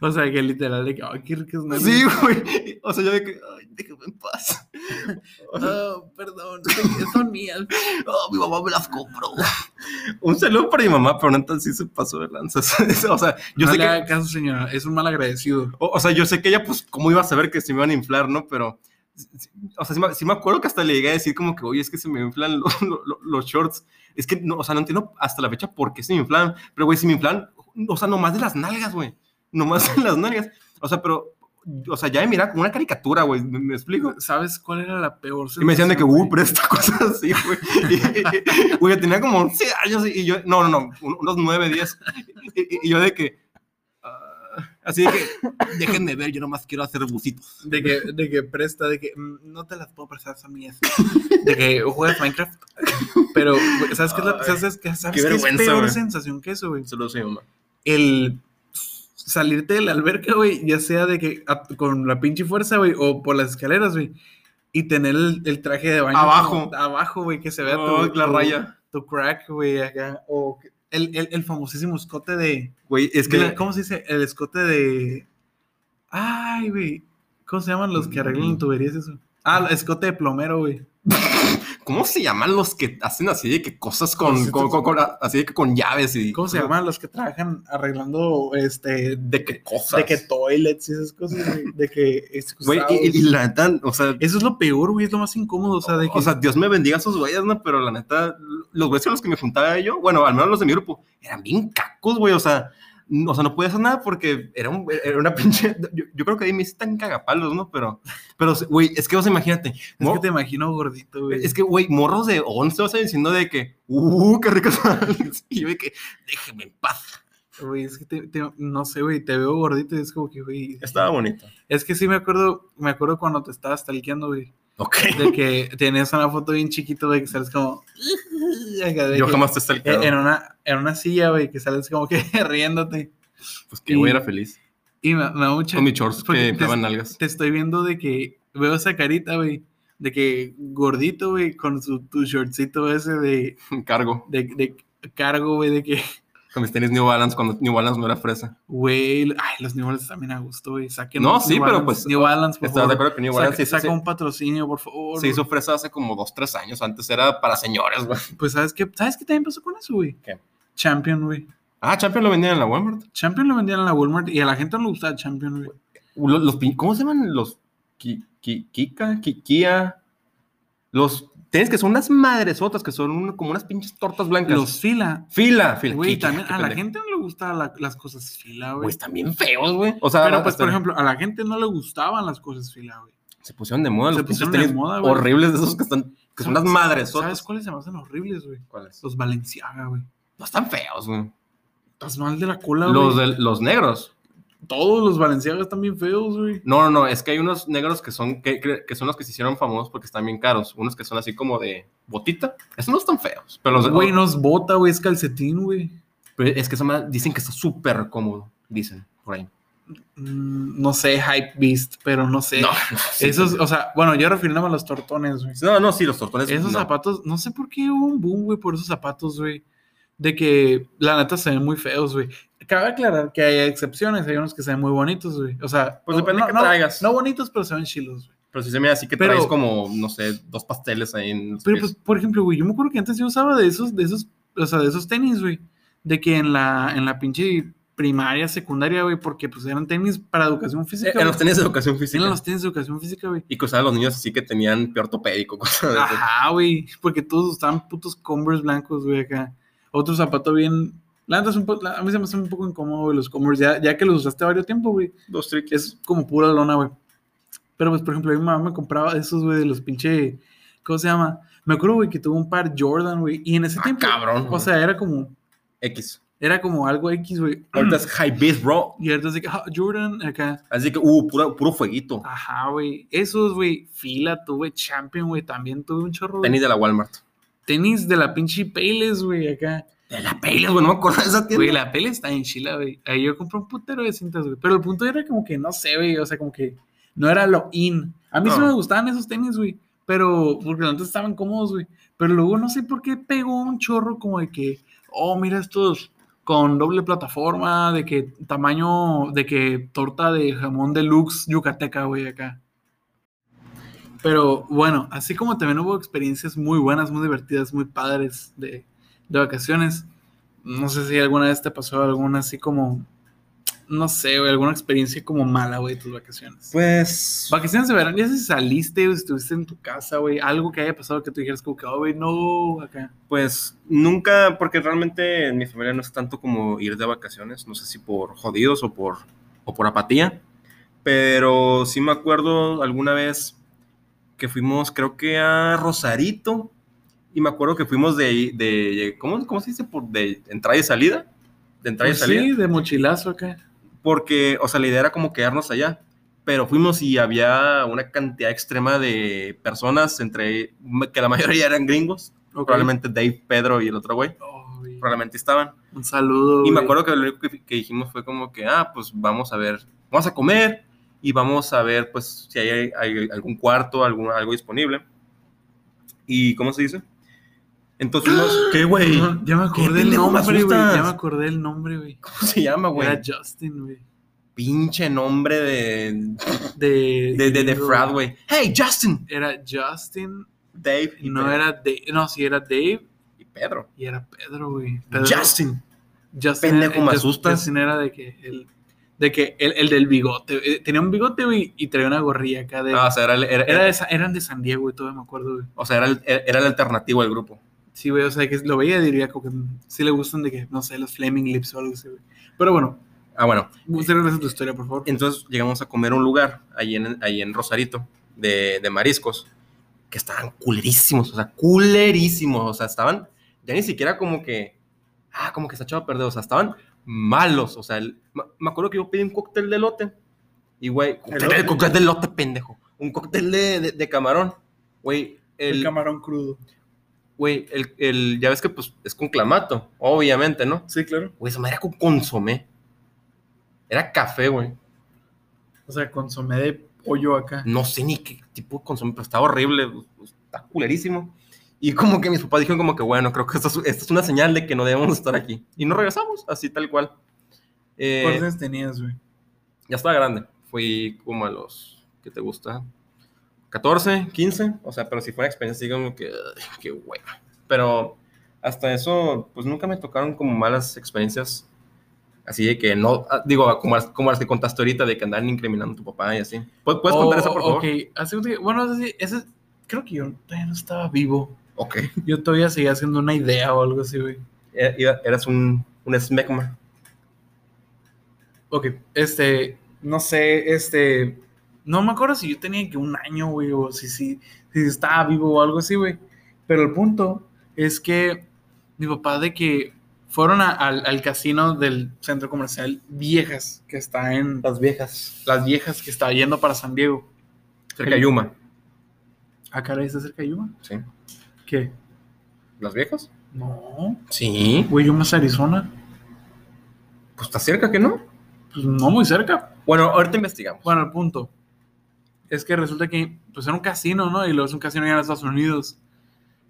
O sea, que literal, de que, ay, qué ricas nanas.
sí, güey. O sea, yo de que, ay, déjame en paz.
Oh, perdón, son mías.
Oh, mi mamá me las compró. Un saludo para mi mamá, pero neta sí se pasó de lanzas. o sea, yo
no le
sé que...
haga caso, señora. Es un mal agradecido.
O, o sea, yo sé que ella, pues, ¿cómo iba a saber que se me iban a inflar, no? Pero, s- s- o sea, sí me, sí me acuerdo que hasta le llegué a decir como que, oye, es que se me inflan lo- lo- lo- los shorts. Es que, no, o sea, no entiendo hasta la fecha por qué se me inflan. Pero, güey, se me inflan, o sea, nomás de las nalgas, güey. Nomás de las nalgas. O sea, pero, o sea, ya me miraba como una caricatura, güey. ¿Me, me explico?
¿Sabes cuál era la peor
Y me decían de que,
sensación,
uh, presta cosas así, güey. Y- y- y- Güey, yo tenía como 11 años y yo, no, no, no, un- unos 9, 10. Y, y- y yo de que, ah, así de que, déjenme ver, yo nomás quiero hacer bucitos.
De que, de que presta, de que mm, no te las puedo prestar, son mías. De que juegas Minecraft. Pero, güey, ¿sabes qué es la
Ay,
¿sabes, qué- sabes
qué
qué es
vergüenza,
peor
güey.
sensación que eso, güey?
Saludos a mi mamá.
El salirte de la alberca, güey, ya sea de que a- con la pinche fuerza, güey, o por las escaleras, güey. Y tener el, el traje de baño.
Abajo.
como- abajo, güey, que se vea
Oh, la
tu-
raya.
Tu crack, güey, acá. O que- el, el, el famosísimo escote de.
Güey, es que,
de-
la-
¿Cómo se dice? El escote de. Ay, güey. ¿Cómo se llaman los que arreglan
Mm.
tuberías eso? Ah, el escote de plomero, güey.
¿cómo se llaman los que hacen así de que cosas con,
Cositas.
con- con- con- así de que con llaves y...
¿Cómo se llaman los que trabajan arreglando este de,
De que cosas.
de que toilets y esas cosas, güey? De que
Güey, y, y- y
excusados.
la neta, o sea...
Eso es lo peor, güey, es lo más incómodo, o sea, de que
O sea, Dios me bendiga a esos güeyes, ¿no? Pero la neta, los güeyes con los que me juntaba yo, bueno, al menos los de mi grupo, eran bien cacos, güey. O sea, n- o sea, no podía hacer nada porque era, un- era una pinche. Yo, yo creo que ahí me hice tan cagapalos, ¿no? Pero, pero, güey, es que, o sea, imagínate.
es
mor-
que te imagino gordito, güey.
Es que, güey, morros de 11, o sea, diciendo de que, uh, qué ricas son". Y yo de que, déjeme en paz.
Güey, es que te, te- no sé, güey, te veo gordito y es como que, güey.
Estaba bonito.
Es que sí me acuerdo, me acuerdo cuando te estabas talqueando, güey.
Ok.
De que tenías una foto bien chiquito, güey, que sales como. acá de
Yo
que-
jamás te
Eh, En
stalkeado.
una, en una silla, güey, que sales como que riéndote.
Pues que, güey, era feliz.
Y me, me da mucha.
Con mis shorts
porque
que
te-
me daban nalgas.
Te estoy viendo de que veo esa carita, güey, de que gordito, güey, con su, tu shortcito ese de,
Cargo.
de, de cargo, güey, de que,
Con mis tenis New Balance cuando New Balance no era fresa.
güey, ay, los New Balance también a gusto, güey. Saquen
No,
un
sí,
New
pero
Balance-
pues,
New Balance, por
¿Estás
favor.
de acuerdo que New
saca,
Balance se-
saca
se,
un patrocinio, por favor.
se hizo fresa hace como dos, tres años? Antes era para señores, güey.
güey. Pues, ¿sabes qué? ¿Sabes qué también pasó con eso, güey?
¿Qué?
Champion, güey.
Ah, Champion lo vendían en la Walmart.
Champion lo vendían en la Walmart y a la gente no le gustaba Champion, güey.
Los, los pin- ¿Cómo se llaman los ki- ki- Kika? ki- Kia. Los tenis que son unas madresotas, que son un- como unas pinches tortas blancas.
Los fila
Fila, fila.
Güey,
Kika,
también
qué
a la
pendejo.
gente no le gustaban la- las cosas fila,
Güey,
güey.
están bien feos, güey. O sea,
Pero pues,
hasta
por ejemplo, a la gente no le gustaban las cosas fila, güey.
se pusieron de moda
se
los pinches
pusieron de
tenis
moda, güey.
horribles de esos que están, que son unas
¿Sabes-
madresotas.
¿Sabes cuáles se me hacen horribles, güey?
¿Cuáles?
Los Valenciaga, güey.
No están feos, güey.
Estás mal de la cola, güey.
Los, de- los negros.
Todos los Valenciaga están bien feos, güey.
No, no, no, es que hay unos negros que son, que, que- que son los que se hicieron famosos porque están bien caros. Unos que son así como de botita. Esos no están feos. Pero los de-
Güey, no es bota, güey, es calcetín, güey.
pero es que son más- dicen que está súper cómodo. Dicen por ahí.
Mm, no sé, Hype Beast, pero no sé.
No, no, sí,
Esos,
sí.
o sea, bueno, yo refiriéndome a los tortones, güey.
No, no, sí, los tortones.
Esos
no.
zapatos, no sé por qué hubo un boom, güey, por esos zapatos, güey. De que la neta se ven muy feos, güey. Cabe aclarar que hay excepciones, hay unos que se ven muy bonitos, güey. O sea,
Pues
no-
depende
no,
que
no-
traigas.
No, bonitos, pero se ven chilos, güey.
Pero si se mira así que
Pero-
traes como, no sé, dos pasteles ahí en los
Pero
pies.
pues, por ejemplo, güey, yo me acuerdo que antes yo usaba de esos, de esos, o sea, de esos tenis, güey. De que en la, en la pinche primaria, secundaria, güey, porque pues eran tenis para educación física.
Eh, en los
güey.
tenis de educación
Eran
física.
los tenis de educación física, güey.
Y que usaban los niños así que tenían peor ortopédico, cosas Ah, de esas.
Ajá, güey. Porque todos usaban putos Converse blancos, güey, acá. Otro zapato bien. La neta es un po- la- A mí se me hace un poco incómodo, güey, los Converse. Ya, ya que los usaste varios tiempo, güey.
Dos ah, triques.
Es como pura lona, güey. Pero, pues, por ejemplo, mi mamá me compraba esos, güey, de los pinche. ¿Cómo se llama? Me acuerdo, güey, que tuvo un par Jordan, güey. Y en ese
Ah,
tiempo.
cabrón.
O sea, era como.
X.
Era como algo X, güey.
Ahorita es high beast, bro.
Y ahorita es de que, "Ah, Jordan, acá.
Así que, uh, puro, puro fueguito.
Ajá, güey. Esos, güey. Fila tuve, Champion, güey. También tuve un chorro. güey.
Tenis de la Walmart.
Tenis de la pinche Payless, güey, acá.
De la Payless, güey, no me acuerdo de esa tienda.
Güey, la pele está en Chila, güey. Ahí yo compré un putero de cintas, güey. Pero el punto era como que no sé, güey. O sea, como que no era lo in. A mí sí
No.
me gustaban esos tenis, güey. Pero porque antes estaban cómodos, güey. Pero luego no sé por qué pegó un chorro como de que, oh, mira estos con doble plataforma, de que tamaño, de que torta de jamón deluxe yucateca, güey, acá. Pero bueno, así como también hubo experiencias muy buenas, muy divertidas, muy padres de, de vacaciones. No sé si alguna vez te pasó alguna así como, no sé, güey, alguna experiencia como mala, güey, de tus vacaciones.
Pues.
Vacaciones de verano, ya si saliste o estuviste en tu casa, güey, algo que haya pasado que tú dijeras como que, oh, güey, no, acá.
Pues nunca, porque realmente en mi familia no es tanto como ir de vacaciones, no sé si por jodidos o por, o por apatía, pero sí me acuerdo alguna vez que fuimos, creo que a Rosarito, y me acuerdo que fuimos de, de ¿cómo, cómo se dice? Por, de entrada y salida, de entrada
Pues
y salida,
sí, de mochilazo acá.
porque, o sea, la idea era como quedarnos allá, pero fuimos y había una cantidad extrema de personas, entre que la mayoría eran gringos,
Ok.
probablemente Dave, Pedro y el otro güey,
Oh, güey.
probablemente estaban.
Un saludo.
Y me
güey.
acuerdo que lo único que, que dijimos fue como que, ah, pues vamos a ver, vamos a comer y vamos a ver, pues, si hay, hay algún cuarto, algún, algo disponible. ¿Y cómo se dice? Entonces, fuimos- ¿qué, güey?
Ajá, Ya me
¿Qué
acordé el
pendejo me
nombre, güey.
asustas?
Ya me acordé el nombre, güey.
¿Cómo se llama, güey?
Era Justin, güey.
Pinche nombre de,
De,
de, de, de
gringo,
frat,
güey.
güey. ¡Hey, Justin!
Era Justin,
Dave
y no
Pedro.
era Dave. No, sí era Dave
y Pedro.
y era Pedro, güey. Pedro-
Justin.
Justin
pendejo, me
Just-
asustas.
Justin era de que el, de que el, el del bigote. eh, Tenía un bigote, güey, y traía una gorrilla acá de.
Ah, o sea, era, el- era-
era de Sa- eran de San Diego, güey, todavía me acuerdo, güey.
o sea, era el, era el alternativo del grupo.
Sí, güey, o sea, que lo veía y diría como que mm, sí le gustan de que, no sé, los Flaming Lips o algo así, güey. Pero bueno,
Ah, bueno.
usted regresa a tu historia, por favor.
Entonces llegamos a comer a un lugar ahí en, ahí en Rosarito de, de mariscos que estaban culerísimos, o sea, culerísimos, o sea, estaban ya ni siquiera como que, ah, como que se ha echado a perder, o sea, estaban malos, o sea, el- ma- me acuerdo que yo pedí un cóctel de lote y, güey, cóctel,
¿Elote?
cóctel de lote, pendejo, un cóctel de, de- de camarón, güey, el,
camarón crudo.
güey, el, el- ya ves que pues es con clamato, obviamente, ¿no?
Sí, claro.
Güey, esa madre era con consomé, era café, güey.
O sea, consomé de pollo acá.
no sé ni qué tipo de consumo, pero estaba horrible, pues, está culerísimo. Y como que mis papás dijeron como que, bueno, creo que esta es, esta es una señal de que no debemos estar aquí. Y no regresamos, así tal cual. Eh,
¿Cuántos años tenías, güey?
ya estaba grande, fui como a los, ¿qué te gusta? 14, 15, o sea, pero si fue una experiencia así como que, ay, qué hueva. Pero hasta eso, pues nunca me tocaron como malas experiencias. Así de que no, ah, digo, como las, como las que contaste ahorita, de que andan incriminando a tu papá y así. ¿Pu- ¿Puedes contar
Oh,
esa, por favor?
Ok, hace un día- bueno, no sé si- ese- creo que yo todavía no estaba vivo.
Ok.
Yo todavía seguía haciendo una idea o algo así, güey.
Era- iba- Eras un, un smegma.
Ok, este, no sé, este, no me acuerdo si yo tenía que un año, güey, o si, si, si estaba vivo o algo así, güey. Pero el punto es que mi papá de que fueron a- al, al casino del centro comercial Viejas, que está en
Las viejas.
Las Viejas, que está yendo para San Diego.
Cerca de Yuma.
¿Acá está cerca de Yuma?
Sí.
¿Qué?
¿Las viejas?
No,
Sí.
güey, Yuma es Arizona.
Pues está cerca que no.
Pues no muy cerca.
Bueno, ahorita investigamos.
Bueno, el punto es que resulta que pues era un casino, ¿no? Y luego es un casino ya en Estados Unidos.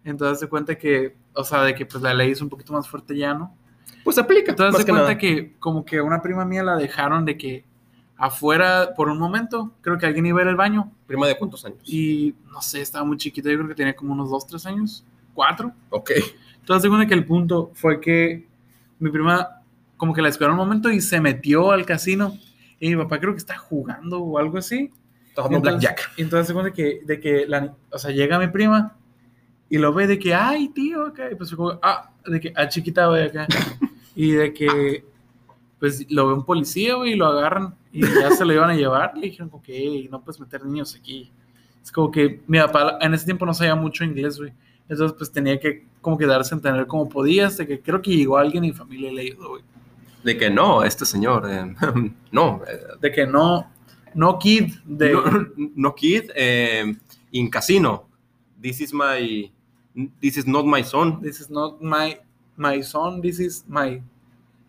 Entonces se cuenta que, o sea, de que pues la ley es un poquito más fuerte ya, ¿no?
Pues aplica.
Entonces
más
se
que
cuenta
nada.
que como que una prima mía la dejaron de que afuera por un momento, creo que alguien iba a ir al baño
Prima de cuántos años.
y no sé, estaba muy chiquita, yo creo que tenía como unos 2, 3 años, 4.
Ok.
Entonces se cuenta que el punto fue que mi prima como que la esperó un momento y se metió al casino y mi papá creo que está jugando o algo así.
Está jugando
Entonces-
Blackjack.
Y entonces se cuenta que, de que la, o sea, llega mi prima y lo ve de que, ay, tío, acá. Y pues fue como, ah, de que, ah, chiquita, güey, acá. Y de que, pues lo ve un policía, güey, y lo agarran y ya se lo iban a llevar. Le dijeron, como que, "Ey, no puedes meter niños aquí. Es como que mi papá en ese tiempo no sabía mucho inglés, güey. Entonces, pues tenía que como quedarse a entender como podía, hasta que creo que llegó alguien y mi familia y le ayudó, güey.
De que no, este señor. eh, no. eh,
De que no, no kid, de.
no. no kid. eh, in casino. This is my. This is not my son.
This is not my my son, this is my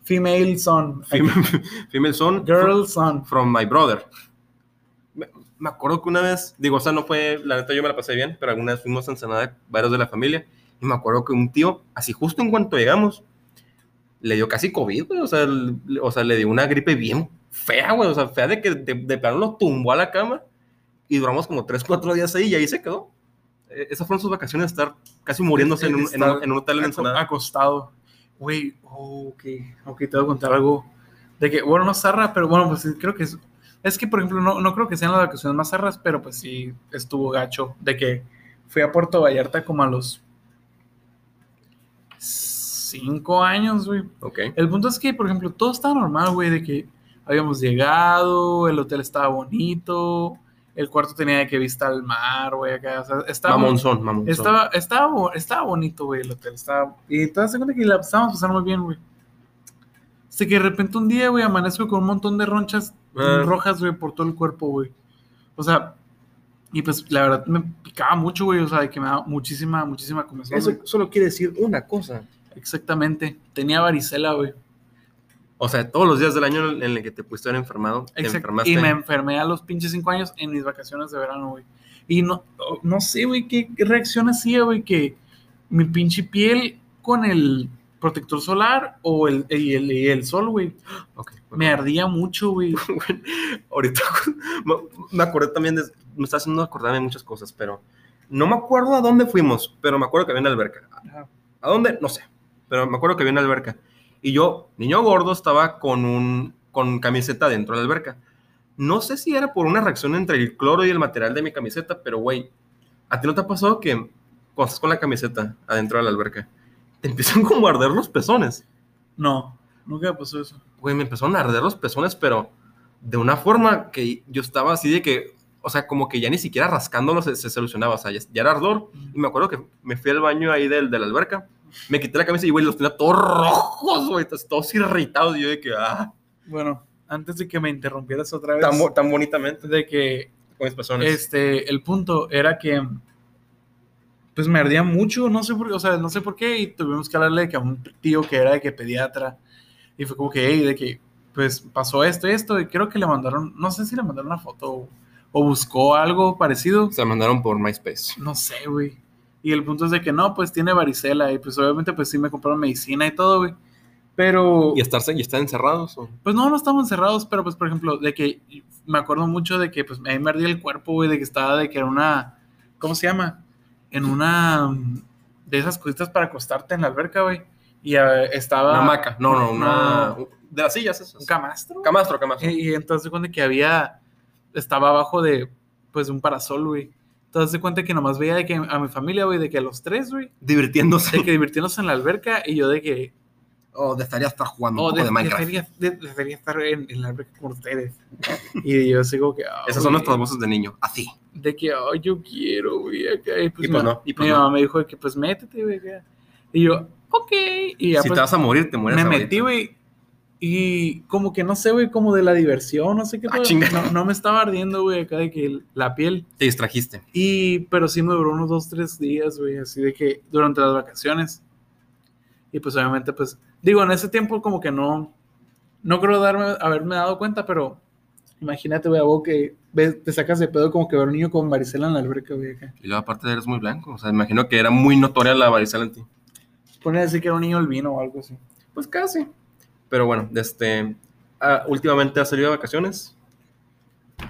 female son,
Female, female son.
girl son.
From My Brother. Me, me acuerdo que una vez, digo, o sea, no fue, la neta yo me la pasé bien, pero alguna vez fuimos a Ensenada varios de la familia y me acuerdo que un tío, así justo en cuanto llegamos, le dio casi COVID, güey. O sea, el- o sea, le dio una gripe bien fea, güey. O sea, fea de que de, de plano lo tumbó a la cama y duramos como 3, 4 días ahí y ahí se quedó. Eh, Esas fueron sus vacaciones, estar casi muriéndose en un, en un- en un hotel en
Aco-
Ensenada.
acostado. Güey, oh, ok, ok, te voy a contar algo de que, bueno, no zarra, pero bueno, pues sí, creo que es, es que, por ejemplo, no, no creo que sean las vacaciones más zarras, pero pues sí estuvo gacho de que fui a Puerto Vallarta como a los cinco años, güey.
Ok.
El punto es que, por ejemplo, todo estaba normal, güey, de que habíamos llegado, el hotel estaba bonito, el cuarto tenía de que vista al mar, güey, acá, o sea, estaba...
Mamonzón, mamonzón.
Estaba, estaba, bo- estaba bonito, güey, el hotel. Estaba, y te das cuenta que la estábamos pasando muy bien, güey. Hasta que de repente un día, güey, amanezco con un montón de ronchas
Ah.
rojas, güey, por todo el cuerpo, güey. O sea, y pues la verdad me picaba mucho, güey. O sea, de que me daba muchísima, muchísima comezón.
Eso
güey.
solo quiere decir una cosa.
Exactamente. Tenía varicela, güey.
O sea, todos los días del año en el que te pudiste haber enfermado, te
Exact-
enfermaste.
Y me enfermé a los pinches cinco años en mis vacaciones de verano, güey. Y no, no sé, güey, qué qué reacción hacía, güey, que mi pinche piel con el protector solar o el, y el, y el sol, güey,
Ok, ok.
me ardía mucho, güey.
Güey, Ahorita me- me acordé también, de, me está haciendo acordarme de muchas cosas, pero no me acuerdo a dónde fuimos, pero me acuerdo que había una alberca.
Ajá.
¿A dónde? No sé, pero me acuerdo que había una alberca. Y yo, niño gordo, estaba con, un, con camiseta dentro de la alberca. No sé si era por una reacción entre el cloro y el material de mi camiseta, pero güey, ¿a ti no te ha pasado que cuando estás con la camiseta adentro de la alberca, te empiezan como a arder los pezones?
No, nunca me pasó eso.
güey, me empezaron a arder los pezones, pero de una forma que yo estaba así de que, o sea, como que ya ni siquiera rascándolo se, se solucionaba, o sea, ya, ya era ardor. Y me acuerdo que me fui al baño ahí del, de la alberca, me quité la camisa y, güey, los tenía todos rojos, güey, todos- todos irritados. Y yo de que, ah,
Bueno, antes de que me interrumpieras otra vez,
tan, bo- tan bonitamente
de que
con mis pezones.
este, el punto era que pues me ardía mucho, no sé por, o sea, no sé por qué, y tuvimos que hablarle de que a un tío que era de que pediatra, y fue como que, hey, de que, pues pasó esto, esto, y creo que le mandaron, no sé si le mandaron una foto o, o buscó algo parecido,
Se mandaron por MySpace.
no sé, güey. Y el punto es de que no, pues tiene varicela, y pues obviamente pues sí me compraron medicina y todo, güey. Pero...
¿Y, estarse, y estar encerrados? o?
Pues no, no estamos encerrados, pero pues por ejemplo, de que me acuerdo mucho de que pues a mí me ardía el cuerpo, güey, de que estaba, de que era una, ¿cómo se llama? En una mm, de esas cositas para acostarte en la alberca, güey. Y ah, estaba...
Una hamaca, no, no, una...
No.
De las sillas esas.
Un camastro.
camastro, camastro.
Y, y entonces se cuenta que había, estaba abajo de, pues de un parasol, güey. Entonces se cuenta que nomás veía de que a mi familia, güey, de que a los tres, güey,
Divirtiéndose.
de que divirtiéndose en la alberca y yo de que...
O de estaría estar jugando
Oh,
un poco
de-
de Minecraft.
debería, de- debería estar en, en la alberca con ustedes. y yo sigo que... ah,
Esas son
güey.
nuestras voces de niño, así.
de que, ay, yo quiero, güey, acá. Y pues,
Y
mi-
pues no, y pues
mi
no.
mamá me dijo de que, pues, métete, güey, acá. Y yo, ok. Y ya,
si
pues,
te vas a morir, te mueres.
me
ahorita.
metí, güey. Y como que, no sé, güey, como de la diversión, no sé qué.
Ah,
pedo.
chinga.
no, no me estaba ardiendo, güey, acá de que el- la piel.
Te distrajiste.
Y, pero sí me duró unos dos, tres días, güey, así de que durante las vacaciones. Y pues, obviamente, pues, digo, en ese tiempo como que no, no creo darme, haberme dado cuenta, pero imagínate, güey, a vos que ves- te sacas de pedo como que ver a un niño con varicela en la alberca, güey, acá.
Y luego, aparte, eres muy blanco. O sea, imagino que era muy notoria la varicela en ti.
Pone a decir que era un niño albino o algo así.
Pues casi. Pero bueno, este. ah, últimamente has salido de vacaciones.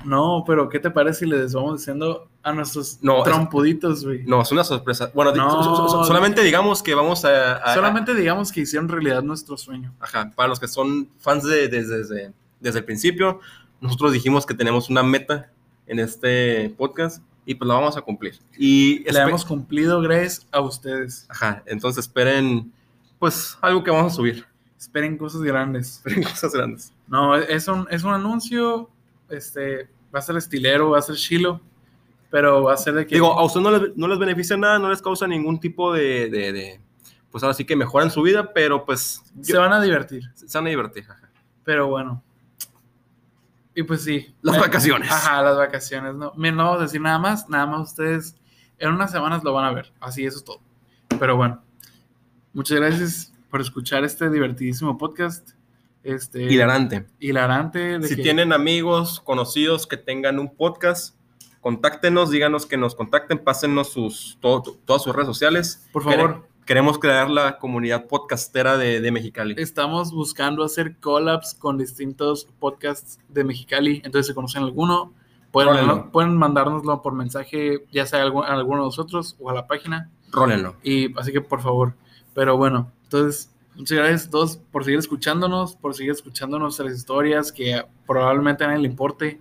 No, pero ¿qué te parece si les vamos diciendo a nuestros
No, es-
trompuditos, güey?
No, es una sorpresa. Bueno, di-
No.
so- so- so- solamente digamos que vamos a. a-
Solamente digamos que hicieron realidad nuestro sueño.
Ajá, para los que son fans de, desde, desde, desde el principio, nosotros dijimos que tenemos una meta en este podcast y pues la vamos a cumplir. Y
La
espe-
hemos cumplido gracias a ustedes.
Ajá, entonces esperen, pues, algo que vamos a subir.
Esperen cosas grandes.
Esperen cosas grandes.
No, es un, es un anuncio, este, va a ser estilero, va a ser chilo, pero va a ser de que...
Digo, a usted no les, no les beneficia nada, no les causa ningún tipo de, de- de- pues ahora sí que mejoran su vida, pero pues
se
yo-
van a divertir,
se, van a divertir, jaja.
pero bueno. Y pues sí.
Las
Eh,
vacaciones.
Ajá, las vacaciones, ¿no? Miren, no vamos a decir nada más, nada más ustedes en unas semanas lo van a ver, así eso es todo. Pero bueno, muchas gracias por escuchar este divertidísimo podcast. Este,
Hilarante.
hilarante. de
Si
que-
tienen amigos, conocidos que tengan un podcast, contáctenos, díganos que nos contacten, pásennos sus, todo- todas sus redes sociales.
Por favor,
Quere- queremos crear la comunidad podcastera de, de Mexicali.
Estamos buscando hacer collabs con distintos podcasts de Mexicali. Entonces, si conocen alguno, pueden,
Rólenlo.
pueden mandárnoslo por mensaje, ya sea a algu- a alguno de nosotros o a la página.
Rólenlo.
Y así que por favor. Pero bueno, entonces, muchas gracias a todos por seguir escuchándonos, por seguir escuchando nuestras historias que probablemente a nadie le importe,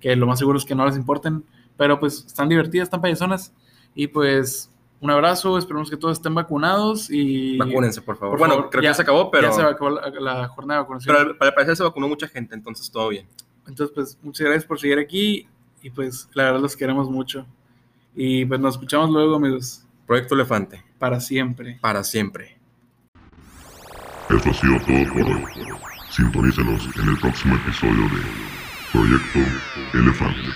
que lo más seguro es que no les importen, pero pues están divertidas, están payasonas. Y pues un abrazo, esperemos que todos estén vacunados y
Vacúnense, por favor.
Por
bueno,
favor,
creo
ya-
que ya se acabó, pero,
ya se acabó la, la jornada de vacunación.
pero al- para parecer se vacunó mucha gente, entonces todo bien.
Entonces, pues muchas gracias por seguir aquí y pues la verdad los queremos mucho. Y pues nos escuchamos luego, amigos,
Proyecto Elefante,
para siempre.
para siempre.
Eso ha sido todo por hoy. Sintonícenos en el próximo episodio de Proyecto Elefante.